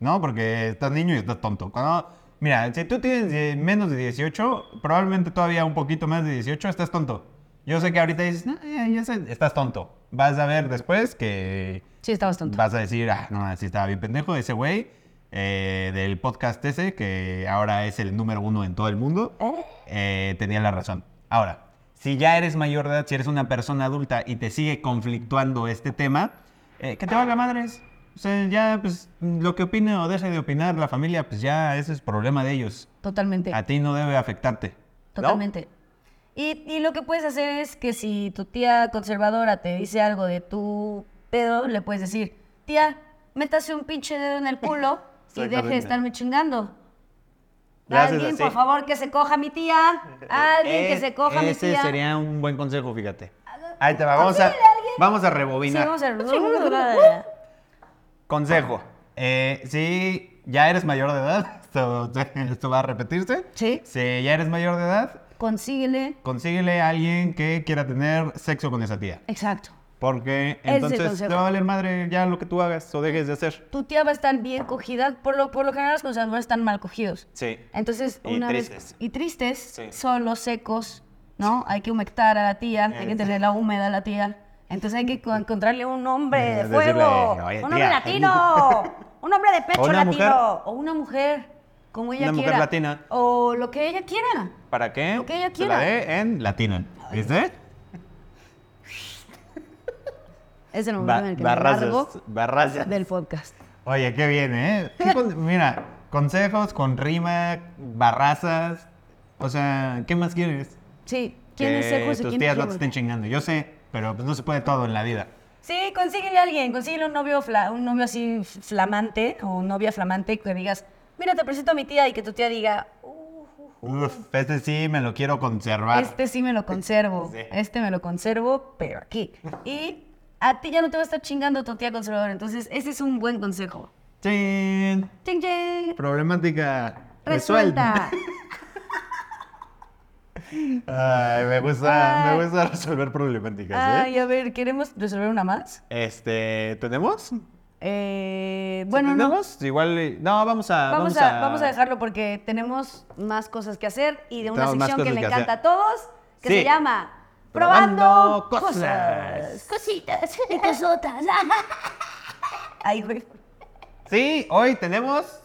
[SPEAKER 3] ¿No? Porque estás niño y estás tonto. Cuando Mira, si tú tienes de menos de 18, probablemente todavía un poquito más de 18, estás tonto. Yo sé que ahorita dices, no, ya, ya sé, estás tonto. Vas a ver después que
[SPEAKER 2] Sí, estabas tonto.
[SPEAKER 3] vas a decir, ah, no, sí estaba bien pendejo ese güey eh, del podcast ese, que ahora es el número uno en todo el mundo, eh, tenía la razón. Ahora, si ya eres mayor de edad, si eres una persona adulta y te sigue conflictuando este tema, eh, que te valga madres. O sea, ya, pues, lo que opine o deje de opinar la familia, pues ya ese es problema de ellos.
[SPEAKER 2] Totalmente.
[SPEAKER 3] A ti Ah, no debe afectarte. ¿no?
[SPEAKER 2] Totalmente. Y, y lo que puedes hacer es que si tu tía conservadora te dice algo de tu pedo, le puedes decir, tía, métase un pinche dedo en el culo y deje de
[SPEAKER 3] Exactamente.
[SPEAKER 2] estarme chingando.
[SPEAKER 3] Le haces
[SPEAKER 2] Alguien,
[SPEAKER 3] así.
[SPEAKER 2] por favor, que se coja mi tía. Alguien que
[SPEAKER 3] Eh,
[SPEAKER 2] se coja mi
[SPEAKER 3] ese
[SPEAKER 2] tía.
[SPEAKER 3] sería un buen consejo, fíjate. Ahí te va, vamos a, vamos a
[SPEAKER 2] Sí,
[SPEAKER 3] rebobinar.
[SPEAKER 2] vamos a
[SPEAKER 3] Consejo. eh, si ya eres mayor de edad, esto, esto va a repetirse.
[SPEAKER 2] Sí.
[SPEAKER 3] Si ya eres mayor de edad,
[SPEAKER 2] Consíguele.
[SPEAKER 3] consíguele a alguien que quiera tener sexo con esa tía.
[SPEAKER 2] Exacto.
[SPEAKER 3] Porque
[SPEAKER 2] el
[SPEAKER 3] entonces te
[SPEAKER 2] consejo.
[SPEAKER 3] va a valer madre ya lo que tú hagas o dejes de hacer.
[SPEAKER 2] Tu tía va a estar bien cogida. Por lo, por lo general, los conservadores están mal cogidos.
[SPEAKER 3] Sí.
[SPEAKER 2] Entonces,
[SPEAKER 3] Y
[SPEAKER 2] una vez-
[SPEAKER 3] tristes.
[SPEAKER 2] y tristes,
[SPEAKER 3] Sí.
[SPEAKER 2] solos, secos, ¿no? Hay que humectar a la tía, hay que
[SPEAKER 3] Eh.
[SPEAKER 2] tenerla húmeda a la tía. Entonces hay que co- encontrarle un hombre de
[SPEAKER 3] Eh,
[SPEAKER 2] fuego,
[SPEAKER 3] decirle, "Oye,
[SPEAKER 2] un hombre
[SPEAKER 3] tía".
[SPEAKER 2] latino, un hombre de pecho
[SPEAKER 3] O una
[SPEAKER 2] latino,
[SPEAKER 3] mujer.
[SPEAKER 2] o una mujer, como ella
[SPEAKER 3] Una mujer
[SPEAKER 2] quiera.
[SPEAKER 3] latina.
[SPEAKER 2] O lo que ella quiera.
[SPEAKER 3] ¿Para qué?
[SPEAKER 2] Lo que ella
[SPEAKER 3] Se la
[SPEAKER 2] quiera.
[SPEAKER 3] dé en latino. ¿Viste?
[SPEAKER 2] Es el momento en el que me largo
[SPEAKER 1] Barrazas. Barrazas.
[SPEAKER 2] del podcast.
[SPEAKER 3] Oye, qué bien, ¿eh? Qué con- Mira, consejos con rima, barrazas. O sea, ¿qué más quieres?
[SPEAKER 2] Sí, ¿quién es
[SPEAKER 3] Que
[SPEAKER 2] Ecos y
[SPEAKER 3] tus
[SPEAKER 2] quién
[SPEAKER 3] tías
[SPEAKER 2] es
[SPEAKER 3] no te
[SPEAKER 2] Robert?
[SPEAKER 3] estén chingando. Yo sé, pero pues, no se puede todo en la vida.
[SPEAKER 2] Sí, consíguele a alguien, consíguele un novio, fla- un novio así f- flamante o novia flamante que digas, mira, te presento a mi tía y que tu tía diga,
[SPEAKER 3] Uf, este sí me lo quiero conservar.
[SPEAKER 2] Este sí me lo conservo.
[SPEAKER 3] Sí.
[SPEAKER 2] Este me lo conservo, pero aquí. Y a ti ya no te va a estar chingando tu tía conservadora. Entonces, ese es un buen consejo.
[SPEAKER 3] Chin.
[SPEAKER 2] ¡Ching, ching!
[SPEAKER 3] Problemática
[SPEAKER 2] Resuelta.
[SPEAKER 3] Ay, me gusta,
[SPEAKER 2] Ay.
[SPEAKER 3] me gusta resolver problemáticas, ¿eh?
[SPEAKER 2] Ay, a ver, ¿queremos resolver una más?
[SPEAKER 3] Este, ¿tenemos?
[SPEAKER 2] Eh, bueno, no.
[SPEAKER 3] ¿Tenemos? Igual, eh, no, vamos a...
[SPEAKER 2] Vamos a, vamos a dejarlo porque tenemos más cosas que hacer y de una
[SPEAKER 3] Tenemos más
[SPEAKER 2] sección que
[SPEAKER 3] cosas
[SPEAKER 2] le
[SPEAKER 3] que
[SPEAKER 2] encanta
[SPEAKER 3] hacer.
[SPEAKER 2] a todos, que
[SPEAKER 3] Sí.
[SPEAKER 2] se llama
[SPEAKER 3] Probando
[SPEAKER 2] Probando,
[SPEAKER 3] cosas.
[SPEAKER 2] cosas. Cositas y cosotas. Ay, güey.
[SPEAKER 3] Sí, hoy tenemos...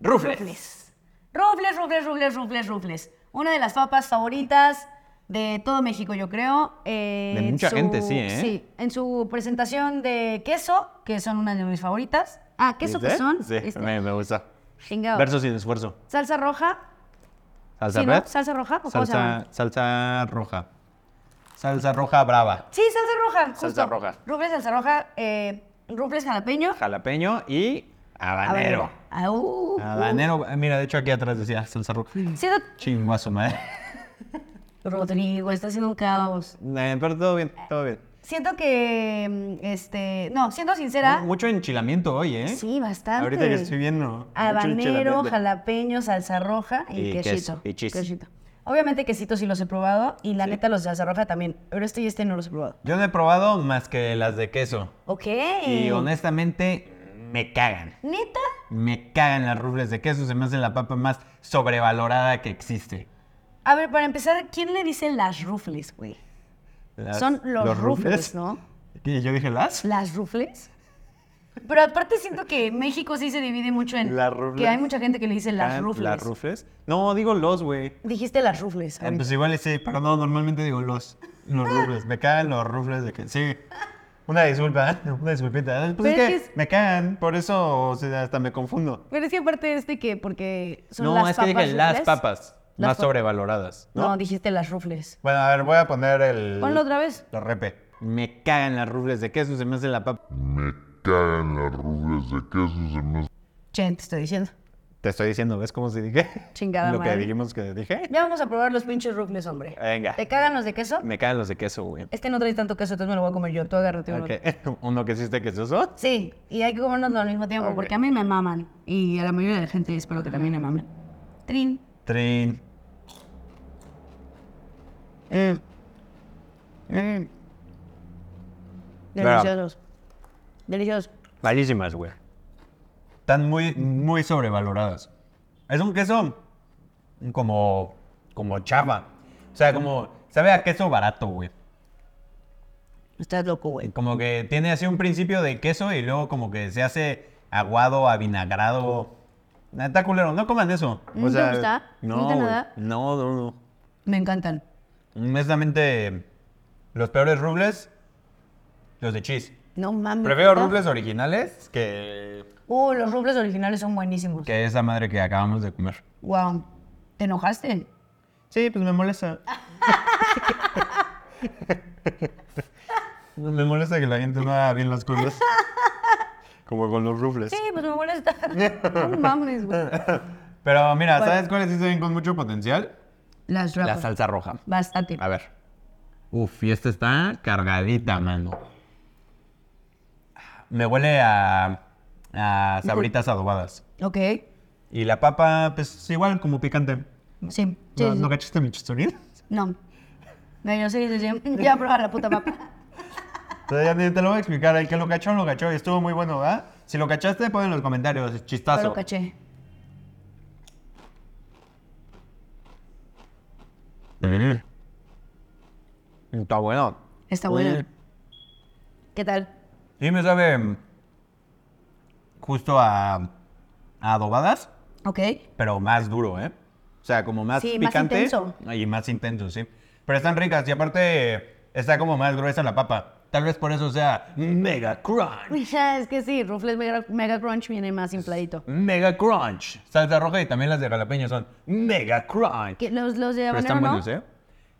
[SPEAKER 3] Rufles.
[SPEAKER 2] Rufles. Rufles, rufles, rufles, rufles, rufles. Una de las papas favoritas de todo México, yo creo. Eh,
[SPEAKER 3] De
[SPEAKER 2] en
[SPEAKER 3] mucha gente, sí, ¿eh?
[SPEAKER 2] Sí, en su presentación de queso, que son una de mis favoritas. Ah, queso
[SPEAKER 3] ¿Viste?
[SPEAKER 2] que son. Este.
[SPEAKER 3] Sí, me, me gusta.
[SPEAKER 2] Chingado.
[SPEAKER 3] Verso sin esfuerzo.
[SPEAKER 2] Salsa roja.
[SPEAKER 3] Salsa
[SPEAKER 2] sí, ¿no?
[SPEAKER 3] red.
[SPEAKER 2] ¿Salsa roja? ¿O cómo
[SPEAKER 3] Salsa,
[SPEAKER 2] se llama?
[SPEAKER 3] salsa roja. Salsa roja brava.
[SPEAKER 2] Sí, salsa roja. Justo.
[SPEAKER 1] Salsa roja.
[SPEAKER 2] Rufles, salsa roja. eh, rufles jalapeño.
[SPEAKER 1] Jalapeño
[SPEAKER 3] Y habanero.
[SPEAKER 2] habanero. Ah, uh, uh.
[SPEAKER 3] Habanero. eh, Mira, de hecho aquí atrás decía salsa roja.
[SPEAKER 2] Siento-
[SPEAKER 3] Chingo a su madre.
[SPEAKER 2] Rodrigo, está haciendo un caos.
[SPEAKER 3] Eh, Pero todo bien, todo bien.
[SPEAKER 2] Siento que, mm, este, no, siendo sincera,
[SPEAKER 3] Mucho enchilamiento hoy, ¿eh?
[SPEAKER 2] Sí, bastante.
[SPEAKER 3] Ahorita que estoy viendo.
[SPEAKER 2] Habanero, jalapeño, salsa roja y,
[SPEAKER 1] Y queso,
[SPEAKER 2] quesito.
[SPEAKER 1] y cheese.
[SPEAKER 2] quesito. Obviamente quesito sí los he probado y la neta los de salsa roja también. Pero este y este no los he probado.
[SPEAKER 3] Yo no he probado más que las de queso.
[SPEAKER 2] Ok. Eh.
[SPEAKER 3] Y e- honestamente, me cagan.
[SPEAKER 2] ¿Neta?
[SPEAKER 3] Me cagan las rufles de queso. Se me hace la papa más sobrevalorada que existe.
[SPEAKER 2] A ver, para empezar, ¿quién le dice las rufles, güey?
[SPEAKER 3] Las-
[SPEAKER 2] Son los, rufles, ¿no?
[SPEAKER 3] Y yo dije, ¿las?
[SPEAKER 2] Las rufles. Pero aparte siento que México sí se divide mucho en
[SPEAKER 1] Las rufles.
[SPEAKER 2] que hay mucha gente que le dice las
[SPEAKER 3] Ah,
[SPEAKER 2] rufles.
[SPEAKER 3] Las rufles. No, digo los, güey.
[SPEAKER 2] Dijiste las rufles.
[SPEAKER 3] Eh,
[SPEAKER 2] ahorita.
[SPEAKER 3] pues igual y sí, pero no, normalmente digo los. Los rufles. Me cagan los rufles de que. Sí. Una disculpa, una disculpita. Eh, Pues
[SPEAKER 2] Pero
[SPEAKER 3] es que
[SPEAKER 2] es que es-
[SPEAKER 3] me cagan, por eso o sea, hasta me confundo.
[SPEAKER 2] Pero es que aparte de este que porque son
[SPEAKER 3] no,
[SPEAKER 2] las
[SPEAKER 3] es que
[SPEAKER 2] papas
[SPEAKER 3] dije las
[SPEAKER 2] rufles.
[SPEAKER 3] papas
[SPEAKER 2] Las
[SPEAKER 3] más
[SPEAKER 2] papas.
[SPEAKER 3] sobrevaloradas.
[SPEAKER 2] ¿no?
[SPEAKER 3] ¿no?
[SPEAKER 2] dijiste las rufles.
[SPEAKER 3] Bueno, a ver, voy a poner el.
[SPEAKER 2] Ponlo otra vez.
[SPEAKER 3] La repe. Me cagan las rufles de queso, se me hace la papa.
[SPEAKER 4] Me cagan las rublas de queso, se me
[SPEAKER 2] Chen, te estoy diciendo.
[SPEAKER 3] Te estoy diciendo, ¿ves cómo se dije?
[SPEAKER 2] Chingada
[SPEAKER 3] Lo que
[SPEAKER 2] madre.
[SPEAKER 3] dijimos que dije.
[SPEAKER 2] Ya vamos a probar los pinches rufles, hombre.
[SPEAKER 1] Venga.
[SPEAKER 2] ¿Te cagan los de queso?
[SPEAKER 1] Me caen los de queso, güey.
[SPEAKER 2] Este no trae tanto queso, entonces me lo voy a comer yo. Tú agárrate uno.
[SPEAKER 1] Ok. Uno que hiciste quesoso.
[SPEAKER 2] Sí, y hay que comérnoslo al mismo tiempo,
[SPEAKER 1] Ok.
[SPEAKER 2] porque a mí me maman. Y a la mayoría de la gente espero que también me mamen. Trin.
[SPEAKER 3] Trin. Eh.
[SPEAKER 2] Deliciosos. Deliciosos.
[SPEAKER 1] Malísimas, güey.
[SPEAKER 3] Están muy, muy sobrevaloradas. Es un queso como, como chafa. O sea, como, sabe a queso barato, güey.
[SPEAKER 2] Estás loco, güey.
[SPEAKER 3] Como que tiene así un principio de queso y luego como que se hace aguado, avinagrado. Neta culero, no coman eso.
[SPEAKER 2] ¿No Mm, te gusta?
[SPEAKER 1] No,
[SPEAKER 2] ¿No te
[SPEAKER 1] güey.
[SPEAKER 2] nada?
[SPEAKER 1] no, no, no.
[SPEAKER 2] Me encantan.
[SPEAKER 3] Honestamente, los peores rubles, los de cheese.
[SPEAKER 2] Mm, No mames.
[SPEAKER 3] Prefiero
[SPEAKER 2] ¿neta?
[SPEAKER 3] rubles originales que,
[SPEAKER 2] Uh, los rubles originales son buenísimos.
[SPEAKER 3] que esa madre que acabamos de comer.
[SPEAKER 2] Wow. ¿Te enojaste?
[SPEAKER 3] Sí, pues me molesta. me molesta que la gente no haga bien las cosas.
[SPEAKER 1] Como con los rufles.
[SPEAKER 2] Sí, pues me molesta. no mames, güey.
[SPEAKER 3] Pero mira,
[SPEAKER 2] Bueno.
[SPEAKER 3] ¿sabes cuáles sí se ven con mucho potencial?
[SPEAKER 2] Las rapas.
[SPEAKER 3] salsa roja.
[SPEAKER 2] Bastante.
[SPEAKER 3] A ver. Uf, y esta está cargadita, mano. Me huele a, a sabritas adobadas.
[SPEAKER 2] Ok.
[SPEAKER 3] Y la papa, pues igual como picante.
[SPEAKER 2] Sí. sí,
[SPEAKER 3] ¿No,
[SPEAKER 2] sí,
[SPEAKER 3] ¿no
[SPEAKER 2] sí.
[SPEAKER 3] cachaste mi chistorín?
[SPEAKER 2] No. No, yo sí, sí, sí. Ya probar la puta papa.
[SPEAKER 3] Todavía ni te lo voy a explicar. El que lo cachó, lo cachó. Y estuvo muy bueno, ¿verdad? Si lo cachaste, pon en los comentarios. Chistazo.
[SPEAKER 2] Pero caché.
[SPEAKER 1] Está bueno.
[SPEAKER 2] Está buena. ¿Qué tal?
[SPEAKER 3] Y me sabe mm, justo a, a adobadas,
[SPEAKER 2] Ok.
[SPEAKER 3] pero más duro, ¿eh? O sea, como más
[SPEAKER 2] Sí, más
[SPEAKER 3] picante.
[SPEAKER 2] intenso.
[SPEAKER 3] Y más intenso, sí. Pero están ricas y aparte está como más gruesa la papa. Tal vez por eso sea mega crunch.
[SPEAKER 2] Ya, es que sí, Rufles Mega, Mega Crunch viene más infladito.
[SPEAKER 3] Mega crunch. Salsa roja y también las de jalapeño son mega crunch.
[SPEAKER 2] ¿Qué, los, ¿Los de
[SPEAKER 3] Pero
[SPEAKER 2] habanero
[SPEAKER 3] están
[SPEAKER 2] no?
[SPEAKER 3] buenos, ¿eh?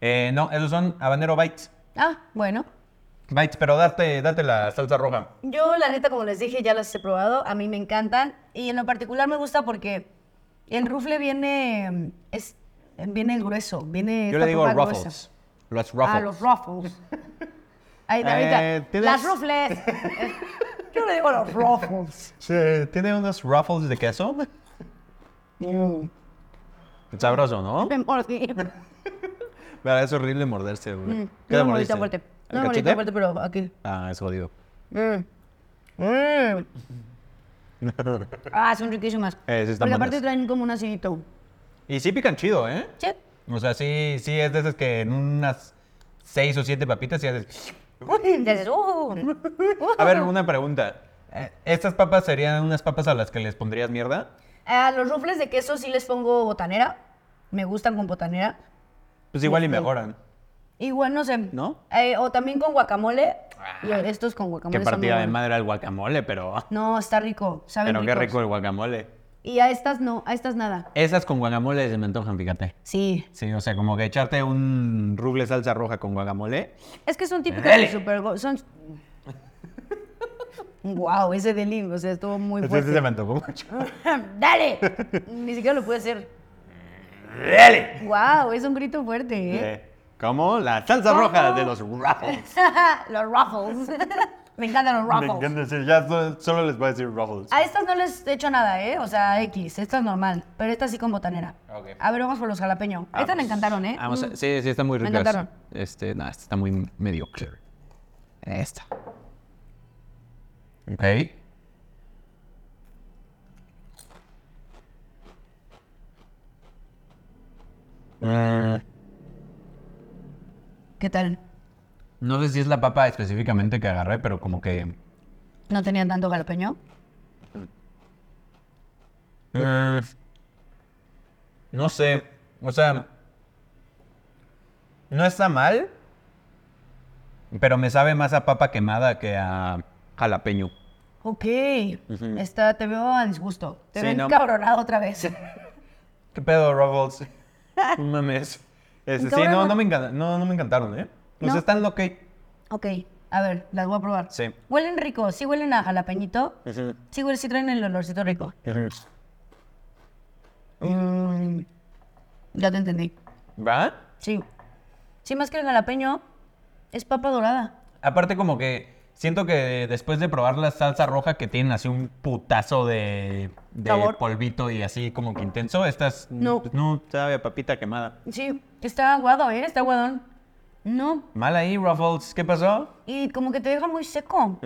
[SPEAKER 3] Eh, No, esos son habanero bites.
[SPEAKER 2] Ah, bueno.
[SPEAKER 3] Bites, pero date, date la salsa roja.
[SPEAKER 2] Yo, la neta, como les dije, ya las he probado. A mí me encantan. Y en lo particular me gusta porque el rufle viene. Es, viene grueso. Viene
[SPEAKER 3] Yo le
[SPEAKER 2] esta
[SPEAKER 3] digo
[SPEAKER 2] papa
[SPEAKER 3] ruffles.
[SPEAKER 2] gruesa.
[SPEAKER 3] Los ruffles.
[SPEAKER 2] Ah, los ruffles. Ahí, ahorita.
[SPEAKER 3] Eh, ¿tienes-
[SPEAKER 2] Las rufles. Eh, Yo le digo los ruffles.
[SPEAKER 3] Sí, tiene unos ruffles de queso.
[SPEAKER 2] Mm.
[SPEAKER 3] Sabroso, ¿no?
[SPEAKER 2] Me mordí.
[SPEAKER 3] Pero es horrible morderse, güey. ¿Qué
[SPEAKER 2] Mm.
[SPEAKER 3] te
[SPEAKER 2] No me mordí
[SPEAKER 3] mordiste?
[SPEAKER 2] tan fuerte.
[SPEAKER 3] ¿El
[SPEAKER 2] No me mordí
[SPEAKER 3] cachete?
[SPEAKER 2] tan fuerte, pero aquí.
[SPEAKER 1] Ah, es jodido.
[SPEAKER 2] Mm. Mm. Ah, son riquísimas.
[SPEAKER 1] Eh, sí están
[SPEAKER 2] Porque aparte
[SPEAKER 1] buenas.
[SPEAKER 2] traen como un acidito.
[SPEAKER 3] Y sí pican chido, ¿eh?
[SPEAKER 2] Sí.
[SPEAKER 3] O sea, sí, sí es de esas que en unas seis o siete papitas y haces...
[SPEAKER 2] Dices, "Uh".
[SPEAKER 3] A ver, una pregunta. Eh, ¿Estas papas serían unas papas a las que les pondrías mierda?
[SPEAKER 2] A los rufles de queso sí les pongo botanera. Me gustan con botanera.
[SPEAKER 3] Pues igual y mejoran.
[SPEAKER 2] Igual, no sé.
[SPEAKER 1] ¿No? Ah.
[SPEAKER 2] Eh, o también con guacamole. Y estos con guacamole.
[SPEAKER 1] Qué
[SPEAKER 2] son muy
[SPEAKER 1] partida de
[SPEAKER 2] buenos.
[SPEAKER 1] madre al guacamole, pero.
[SPEAKER 2] No, está rico. Saben
[SPEAKER 1] Pero qué
[SPEAKER 2] ricos.
[SPEAKER 1] rico el guacamole.
[SPEAKER 2] Y a estas no, a estas nada.
[SPEAKER 1] Esas con guacamole se me antojan, fíjate.
[SPEAKER 2] Sí.
[SPEAKER 3] Sí, o sea, como que echarte un ruble salsa roja con guacamole.
[SPEAKER 2] Es que son típicas de super... Son... wow, ese deli, o sea, estuvo muy
[SPEAKER 3] Este
[SPEAKER 2] fuerte.
[SPEAKER 3] se me antojó mucho.
[SPEAKER 2] ¡Dale! Ni siquiera lo pude hacer.
[SPEAKER 1] ¡Dale!
[SPEAKER 2] Wow, es un grito fuerte, ¿eh?
[SPEAKER 1] Eh, Como la salsa
[SPEAKER 2] ¿Cómo?
[SPEAKER 1] roja de los ruffles.
[SPEAKER 2] los ruffles. Me encantan los
[SPEAKER 1] Me
[SPEAKER 2] ruffles.
[SPEAKER 1] encanta decir, ya so- solo les voy a decir ruffles.
[SPEAKER 2] A estas no les he hecho nada, ¿eh? O sea, X, esta es normal, pero esta sí con botanera.
[SPEAKER 3] Ok.
[SPEAKER 2] A ver, vamos por los jalapeño. Estas me encantaron, ¿eh?
[SPEAKER 1] Vamos a-
[SPEAKER 2] Mm.
[SPEAKER 1] sí, sí, está muy
[SPEAKER 2] Me
[SPEAKER 1] ricas.
[SPEAKER 2] encantaron.
[SPEAKER 1] Este, no, esta está muy mediocre. Esta.
[SPEAKER 3] Ok. Mm,
[SPEAKER 2] ¿Qué tal?
[SPEAKER 3] No sé si es la papa específicamente que agarré, pero como que...
[SPEAKER 2] ¿No tenían tanto jalapeño?
[SPEAKER 3] Mm, No sé, o sea... No está mal, pero me sabe más a papa quemada que a jalapeño.
[SPEAKER 2] Ok. Está, te veo a disgusto. Te
[SPEAKER 1] Sí,
[SPEAKER 2] veo
[SPEAKER 1] ¿no?
[SPEAKER 2] encabronado otra vez.
[SPEAKER 3] ¿Qué pedo, Ruffles? No Mames. Este, sí,
[SPEAKER 2] Cabrón.
[SPEAKER 3] no, no me, encanta- no, no me encantaron, ¿eh? O sea,
[SPEAKER 2] No.
[SPEAKER 3] están ok.
[SPEAKER 2] ok. A ver, las voy a probar.
[SPEAKER 3] Sí.
[SPEAKER 2] Huelen rico. Sí huelen a jalapeñito. Sí, huelen, sí traen el olorcito rico. Mm, ya te entendí.
[SPEAKER 3] ¿Va?
[SPEAKER 2] Sí. Sí, más que el jalapeño, es papa dorada.
[SPEAKER 3] Aparte como que siento que después de probar la salsa roja que tienen así un putazo de, de
[SPEAKER 2] Sabor.
[SPEAKER 3] polvito y así como que intenso, estas
[SPEAKER 2] No.
[SPEAKER 3] pues, no sabe a papita quemada.
[SPEAKER 2] Sí, está aguado, ¿eh? Está aguadón. No.
[SPEAKER 3] Mal ahí, Ruffles, ¿qué pasó?
[SPEAKER 2] Y como que te deja muy seco.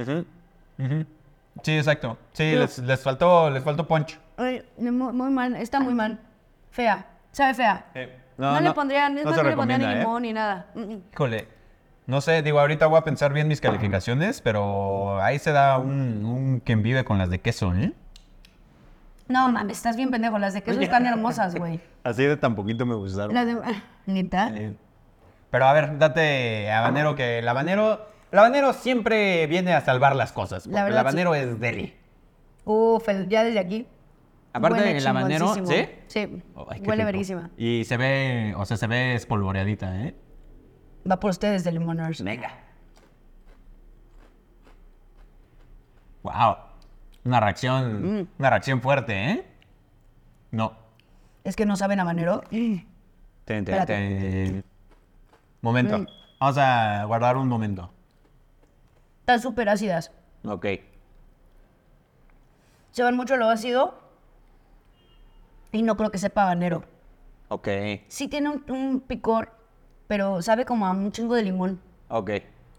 [SPEAKER 3] Sí, exacto. Sí, les, les faltó les faltó punch.
[SPEAKER 2] Ay, no, muy, muy mal, está muy mal. Fea, sabe fea.
[SPEAKER 3] Eh,
[SPEAKER 2] No, le pondría, no,
[SPEAKER 3] se
[SPEAKER 2] no le pondría ni
[SPEAKER 3] recomienda, ¿eh?
[SPEAKER 2] limón ni nada. Mm, mm.
[SPEAKER 3] Híjole. No sé, digo, ahorita voy a pensar bien mis calificaciones, pero ahí se da un, un quien vive con las de queso, ¿eh?
[SPEAKER 2] No mames, estás bien pendejo. Las de queso están hermosas, güey.
[SPEAKER 3] Así de tan poquito me gustaron.
[SPEAKER 2] Las de. ah, ¿Neta?
[SPEAKER 3] Eh, Pero a ver, date habanero, que el habanero... El habanero siempre viene a salvar las cosas, porque
[SPEAKER 2] La
[SPEAKER 3] el
[SPEAKER 2] verdad, sí.
[SPEAKER 3] habanero es deli.
[SPEAKER 2] Uf, el- ya desde aquí.
[SPEAKER 1] Aparte
[SPEAKER 2] huele
[SPEAKER 1] del habanero,
[SPEAKER 2] chingoncísimo.
[SPEAKER 1] ¿sí?
[SPEAKER 2] Sí,
[SPEAKER 3] Oh, Ay, qué
[SPEAKER 2] huele
[SPEAKER 3] rico.
[SPEAKER 2] verísima.
[SPEAKER 3] Y se ve, o sea, se ve espolvoreadita, ¿eh?
[SPEAKER 2] Va por ustedes de Limoners.
[SPEAKER 3] Pues
[SPEAKER 2] Venga.
[SPEAKER 3] Wow. Una reacción, una reacción fuerte, ¿eh? No.
[SPEAKER 2] Es que no saben habanero.
[SPEAKER 3] Ten,
[SPEAKER 2] ten, Espérate.
[SPEAKER 3] Momento. Vamos a guardar un momento.
[SPEAKER 2] Están súper ácidas.
[SPEAKER 1] Ok.
[SPEAKER 2] Se van mucho a lo ácido. Y no creo que sepa habanero.
[SPEAKER 1] Ok.
[SPEAKER 2] Sí tiene un, un picor, pero sabe como a un chingo de limón.
[SPEAKER 1] Ok.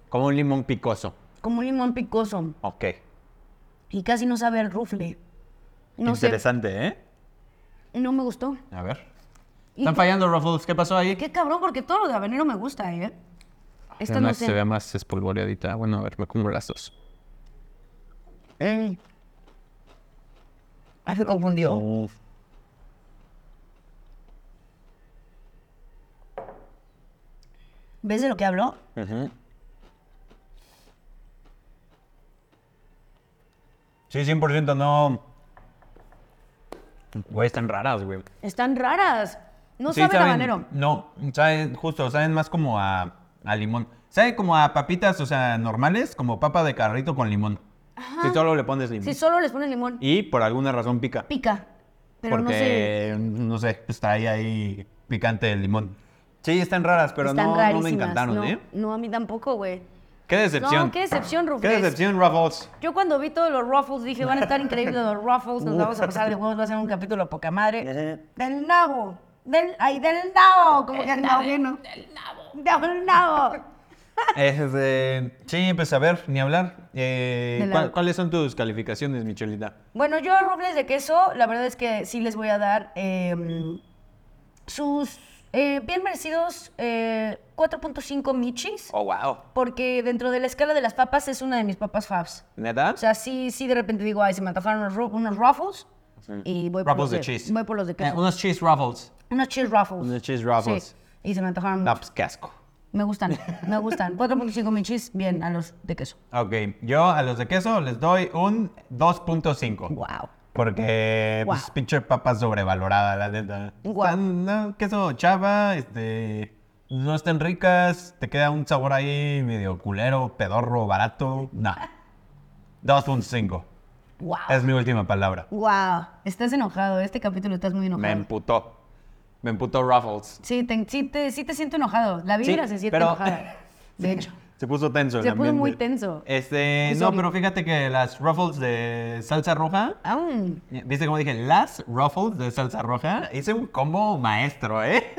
[SPEAKER 3] Como un limón picoso.
[SPEAKER 2] Como un limón picoso.
[SPEAKER 1] Ok.
[SPEAKER 2] Y casi no sabe el rufle. No sé.
[SPEAKER 3] Interesante, ¿eh?
[SPEAKER 2] No me gustó.
[SPEAKER 3] A ver.
[SPEAKER 2] Y
[SPEAKER 3] Están
[SPEAKER 2] qué-
[SPEAKER 3] fallando, Ruffles. ¿Qué pasó ahí?
[SPEAKER 2] Qué cabrón, porque todo lo de habanero me gusta, ¿eh? Esta
[SPEAKER 1] Una
[SPEAKER 2] no
[SPEAKER 1] que se
[SPEAKER 2] sé.
[SPEAKER 1] vea más espolvoreadita. Bueno, a ver, me como las dos.
[SPEAKER 2] Mm. Ay, se confundió. ¿Ves de lo que habló?
[SPEAKER 3] Sí, 100% no. Güey, están raras, güey.
[SPEAKER 2] Están raras. No
[SPEAKER 3] Sí,
[SPEAKER 2] saben
[SPEAKER 3] saben-
[SPEAKER 2] habanero.
[SPEAKER 3] No, saben, justo, saben más como a, a limón. Saben como a papitas, o sea, normales, como papa de carrito con limón. Si solo le pones limón.
[SPEAKER 2] Si solo les pones limón,
[SPEAKER 3] Y por alguna razón pica.
[SPEAKER 2] pica. Pero no sé.
[SPEAKER 3] porque, no sé, está ahí, ahí picante el limón. Sí, están raras, pero
[SPEAKER 2] están
[SPEAKER 3] no, no
[SPEAKER 2] rarísimas.
[SPEAKER 3] me encantaron,
[SPEAKER 2] no,
[SPEAKER 3] ¿eh?
[SPEAKER 2] No, a mí tampoco, güey.
[SPEAKER 3] Qué decepción.
[SPEAKER 2] No, qué decepción,
[SPEAKER 3] Qué
[SPEAKER 2] Rufles.
[SPEAKER 3] decepción, Ruffles.
[SPEAKER 2] Yo cuando vi todos los Ruffles dije, van a estar increíbles los Ruffles, nos vamos
[SPEAKER 3] Uh.
[SPEAKER 2] a pasar de huevos, va a ser un capítulo a poca madre. del nabo. Del, ay, del nabo. Como que el nabo lleno. Del nabo. Del nabo.
[SPEAKER 3] Este, sí, pues a ver, ni hablar. Eh,
[SPEAKER 2] De la-
[SPEAKER 3] ¿cuál- ¿Cuáles son tus calificaciones, Michelita?
[SPEAKER 2] Bueno, yo a Ruffles de queso, la verdad es que sí les voy a dar eh, sus eh, bien merecidos eh, 4.5 michis.
[SPEAKER 1] Oh, wow.
[SPEAKER 2] Porque dentro de la escala de las papas es una de mis papas fabs.
[SPEAKER 1] ¿Neta?
[SPEAKER 2] O sea, sí, sí de repente digo, ay, se me antojaron unos, ru- unos ruffles. Y voy por,
[SPEAKER 3] Ruffles
[SPEAKER 2] los
[SPEAKER 3] de cheese.
[SPEAKER 2] voy por los de
[SPEAKER 3] Eh,
[SPEAKER 2] queso.
[SPEAKER 3] unos cheese Ruffles.
[SPEAKER 2] Unos cheese ruffles.
[SPEAKER 3] Unos cheese ruffles.
[SPEAKER 2] Sí, Y se me antojaron.
[SPEAKER 3] No, pues qué asco.
[SPEAKER 2] Me gustan, me gustan. 4.5 mil cheese, bien, a los de queso.
[SPEAKER 3] Ok, yo a los de queso les doy un 2.5.
[SPEAKER 2] Wow.
[SPEAKER 3] Porque, pues,
[SPEAKER 2] Guau.
[SPEAKER 3] pinche papa sobrevalorada, la neta.
[SPEAKER 2] Guau.
[SPEAKER 3] Están, no, queso chava, este, no están ricas, te queda un sabor ahí medio culero, pedorro, barato. No. 2.5.
[SPEAKER 2] Wow.
[SPEAKER 3] Es mi última palabra.
[SPEAKER 2] Wow. Estás enojado, este capítulo estás muy
[SPEAKER 1] Me
[SPEAKER 2] enojado.
[SPEAKER 1] emputó. Me emputó Ruffles.
[SPEAKER 2] Sí, te, sí, te, sí te siento enojado. La vibra se siente
[SPEAKER 3] pero-
[SPEAKER 2] enojada. De hecho.
[SPEAKER 3] Se puso tenso. el
[SPEAKER 2] Se puso muy
[SPEAKER 3] ambiente.
[SPEAKER 2] tenso.
[SPEAKER 3] Este,
[SPEAKER 2] Es
[SPEAKER 3] no,
[SPEAKER 2] horrible.
[SPEAKER 3] pero fíjate que las ruffles de salsa roja,
[SPEAKER 2] Aún.
[SPEAKER 3] ¿viste cómo dije? Las ruffles de salsa roja, hice un combo maestro, ¿eh?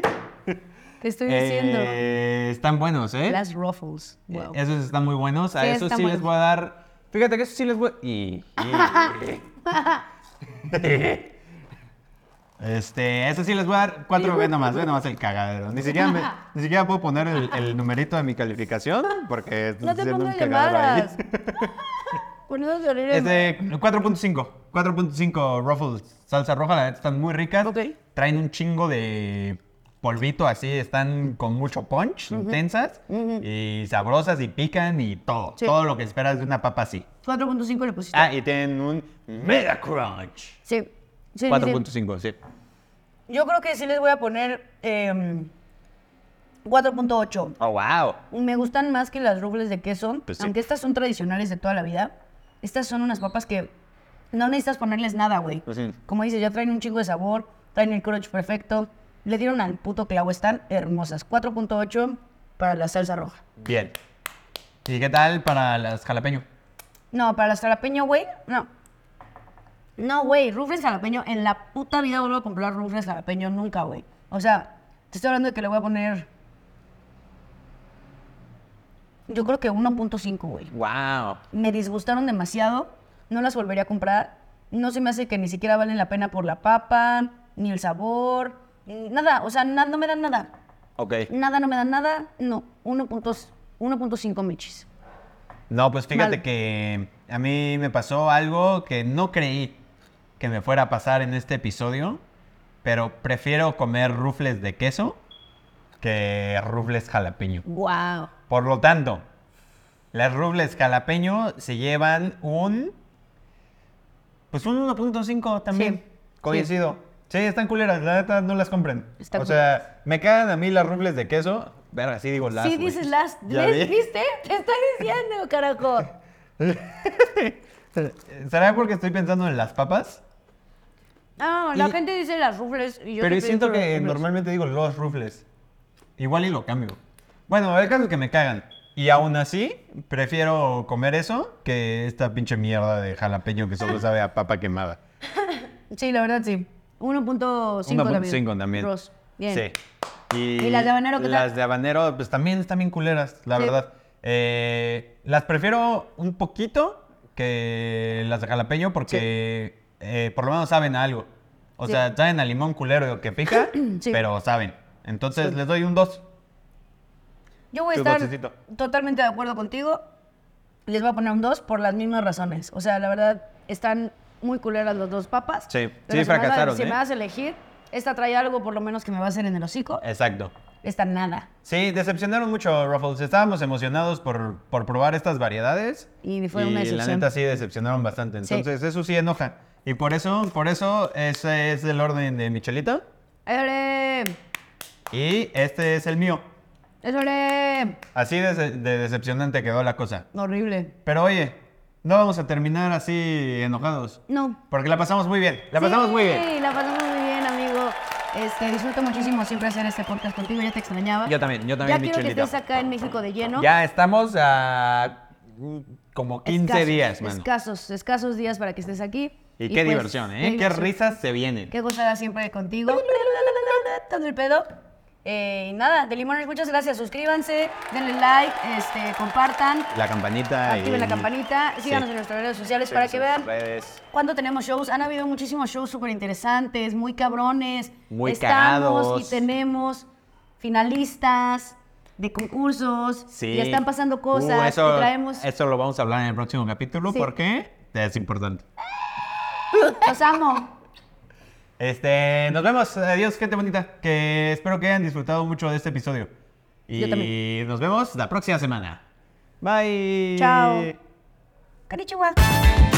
[SPEAKER 2] Te estoy diciendo.
[SPEAKER 3] Eh, están buenos, ¿eh?
[SPEAKER 2] Las ruffles.
[SPEAKER 3] Eh,
[SPEAKER 2] Wow.
[SPEAKER 3] Esos están muy buenos. A
[SPEAKER 2] Sí,
[SPEAKER 3] esos
[SPEAKER 2] están
[SPEAKER 3] sí les
[SPEAKER 2] buenos.
[SPEAKER 3] voy a dar. Fíjate que esos sí les voy. Y. y- Este, esos sí les voy a dar cuatro, ve nomás, ve nomás el cagadero. Ni siquiera, me- ni siquiera puedo poner el, el numerito de mi calificación porque
[SPEAKER 2] No te
[SPEAKER 3] estoy haciendo un
[SPEAKER 2] pongas de
[SPEAKER 3] cagadero ahí.
[SPEAKER 2] malas. Poniéndote de oreja.
[SPEAKER 3] Este, 4.5. 4.5 Ruffles salsa roja, la neta están muy ricas.
[SPEAKER 2] Ok.
[SPEAKER 3] Traen un chingo de polvito así, están con mucho punch, intensas y sabrosas y pican y todo.
[SPEAKER 2] Sí.
[SPEAKER 3] Todo lo que esperas de una papa así.
[SPEAKER 2] 4.5 le pusiste.
[SPEAKER 3] Ah, y tienen un mega crunch.
[SPEAKER 2] Sí. Sí, sí. sí.
[SPEAKER 1] 4.5, sí.
[SPEAKER 2] Yo creo que sí les voy a poner em, 4.8.
[SPEAKER 1] Oh, wow.
[SPEAKER 2] Me gustan más que las rufles de queso,
[SPEAKER 1] Pues sí.
[SPEAKER 2] aunque estas son tradicionales de toda la vida. Estas son unas papas que no necesitas ponerles nada, güey.
[SPEAKER 1] Pues sí.
[SPEAKER 2] Como dices, ya traen un chingo de sabor, traen el crunch perfecto. Le dieron al puto clavo, están hermosas. 4.8 para la salsa roja.
[SPEAKER 3] Bien. ¿Y qué tal para las jalapeño?
[SPEAKER 2] No, para las jalapeño, güey, no. No, güey, rufles jalapeño. En la puta vida vuelvo a comprar rufles jalapeño, nunca, güey. O sea, te estoy hablando de que le voy a poner. Yo creo que 1.5, güey.
[SPEAKER 1] Wow.
[SPEAKER 2] Me disgustaron demasiado. No las volvería a comprar. no se me hace que ni siquiera valen la pena por la papa, ni el sabor, ni nada. O sea, na- no me dan nada.
[SPEAKER 3] Ok.
[SPEAKER 2] Nada, no me dan nada. No, 1.0 1.5 michis.
[SPEAKER 3] No, pues fíjate
[SPEAKER 2] Mal.
[SPEAKER 3] que a mí me pasó algo que no creí que me fuera a pasar en este episodio, pero prefiero comer rufles de queso que rufles jalapeño.
[SPEAKER 2] Wow.
[SPEAKER 3] Por lo tanto, las rufles jalapeño se llevan un... Pues un 1.5 también.
[SPEAKER 2] Sí,
[SPEAKER 3] Coincido. Sí. están culeras, la neta no las compren.
[SPEAKER 2] Están
[SPEAKER 3] o sea, me cagan a mí las rufles de queso. Verga, sí digo las.
[SPEAKER 2] Sí,
[SPEAKER 3] güey.
[SPEAKER 2] dices las.
[SPEAKER 3] Ya
[SPEAKER 2] ¿Ves?
[SPEAKER 3] vi.
[SPEAKER 2] ¿Viste? Te estoy diciendo, carajo.
[SPEAKER 3] ¿Será porque estoy pensando en las papas?
[SPEAKER 2] No, la
[SPEAKER 3] Y-
[SPEAKER 2] gente dice las rufles y yo
[SPEAKER 3] Pero
[SPEAKER 2] siempre
[SPEAKER 3] siento
[SPEAKER 2] digo las
[SPEAKER 3] que
[SPEAKER 2] rufles.
[SPEAKER 3] normalmente digo los rufles. Igual y lo cambio. Bueno, el caso es que me cagan. Y aún así, prefiero comer eso que esta pinche mierda de jalapeño que solo sabe a papa quemada.
[SPEAKER 2] Sí, la verdad sí. 1.5 también.
[SPEAKER 3] 1.5 también.
[SPEAKER 2] Ross. Bien.
[SPEAKER 3] Sí. Y,
[SPEAKER 2] ¿Y las de habanero qué tal?
[SPEAKER 3] Las de habanero, pues también están bien culeras, la
[SPEAKER 2] Sí.
[SPEAKER 3] verdad. Eh, las prefiero un poquito que las de jalapeño porque eh, por lo menos saben a algo. O
[SPEAKER 2] Sí.
[SPEAKER 3] sea, saben a limón culero que pica,
[SPEAKER 2] Sí.
[SPEAKER 3] pero saben. Entonces les doy un 2.
[SPEAKER 2] Yo voy a
[SPEAKER 3] Tu
[SPEAKER 2] estar
[SPEAKER 3] dulcecito.
[SPEAKER 2] totalmente de acuerdo contigo. Les voy a poner un 2 por las mismas razones. O sea, la verdad, están muy culeras las dos papas.
[SPEAKER 3] Sí,
[SPEAKER 2] Pero
[SPEAKER 3] sí,
[SPEAKER 2] si me vas a-
[SPEAKER 3] fracasaron,
[SPEAKER 2] Si
[SPEAKER 3] ¿eh?
[SPEAKER 2] me vas a elegir, esta trae algo por lo menos que me va a hacer en el hocico.
[SPEAKER 3] Exacto.
[SPEAKER 2] Esta nada.
[SPEAKER 3] Sí, decepcionaron mucho, Ruffles. Estábamos emocionados por, por probar estas variedades.
[SPEAKER 2] Y fue una
[SPEAKER 3] la
[SPEAKER 2] decepción.
[SPEAKER 3] neta sí decepcionaron bastante.
[SPEAKER 2] Sí.
[SPEAKER 3] Entonces, eso sí enoja. Y por eso, por eso, ese es el orden de Michelita.
[SPEAKER 2] ¡Ere!
[SPEAKER 3] Y este es el mío.
[SPEAKER 2] ¡Ere!
[SPEAKER 3] Así de, de decepcionante quedó la cosa.
[SPEAKER 2] Horrible.
[SPEAKER 3] Pero oye, no vamos a terminar así enojados.
[SPEAKER 2] No.
[SPEAKER 3] Porque la pasamos muy bien. La pasamos muy bien.
[SPEAKER 2] Sí, la pasamos muy bien, amigo. Este, disfruto muchísimo siempre hacer este podcast contigo. Ya te extrañaba.
[SPEAKER 1] Yo también, yo
[SPEAKER 2] ya
[SPEAKER 1] también,
[SPEAKER 2] quiero que
[SPEAKER 1] Michelita.
[SPEAKER 2] estés acá en México de lleno.
[SPEAKER 3] Ya estamos a mm, como 15
[SPEAKER 2] Escasos,
[SPEAKER 3] días, mano.
[SPEAKER 2] Escasos, escasos días para que estés aquí.
[SPEAKER 3] Y qué
[SPEAKER 2] pues,
[SPEAKER 3] diversión, ¿eh? Qué,
[SPEAKER 2] diversión.
[SPEAKER 3] risas se vienen.
[SPEAKER 2] Qué gozada siempre contigo. Todo el pedo. Eh, y nada, de limones, muchas gracias. Suscríbanse, denle like, este, compartan,
[SPEAKER 3] La campanita.
[SPEAKER 2] activen la campanita, síganos
[SPEAKER 3] Sí.
[SPEAKER 2] en nuestras redes sociales para que vean
[SPEAKER 3] Redes.
[SPEAKER 2] cuándo tenemos shows. Han habido muchísimos shows súper interesantes, muy cabrones.
[SPEAKER 3] Muy
[SPEAKER 2] Estamos
[SPEAKER 3] cagados.
[SPEAKER 2] y tenemos finalistas de concursos.
[SPEAKER 3] Sí.
[SPEAKER 2] Y están pasando cosas.
[SPEAKER 3] Uh,
[SPEAKER 2] y traemos.
[SPEAKER 3] Eso lo vamos a hablar en el próximo capítulo
[SPEAKER 2] Sí.
[SPEAKER 3] porque es importante.
[SPEAKER 2] Los amo.
[SPEAKER 3] Este, nos vemos. Adiós, gente bonita. Que espero que hayan disfrutado mucho de este episodio. Y
[SPEAKER 2] Yo
[SPEAKER 3] nos vemos la próxima semana. Bye.
[SPEAKER 2] Chao. Konnichiwa.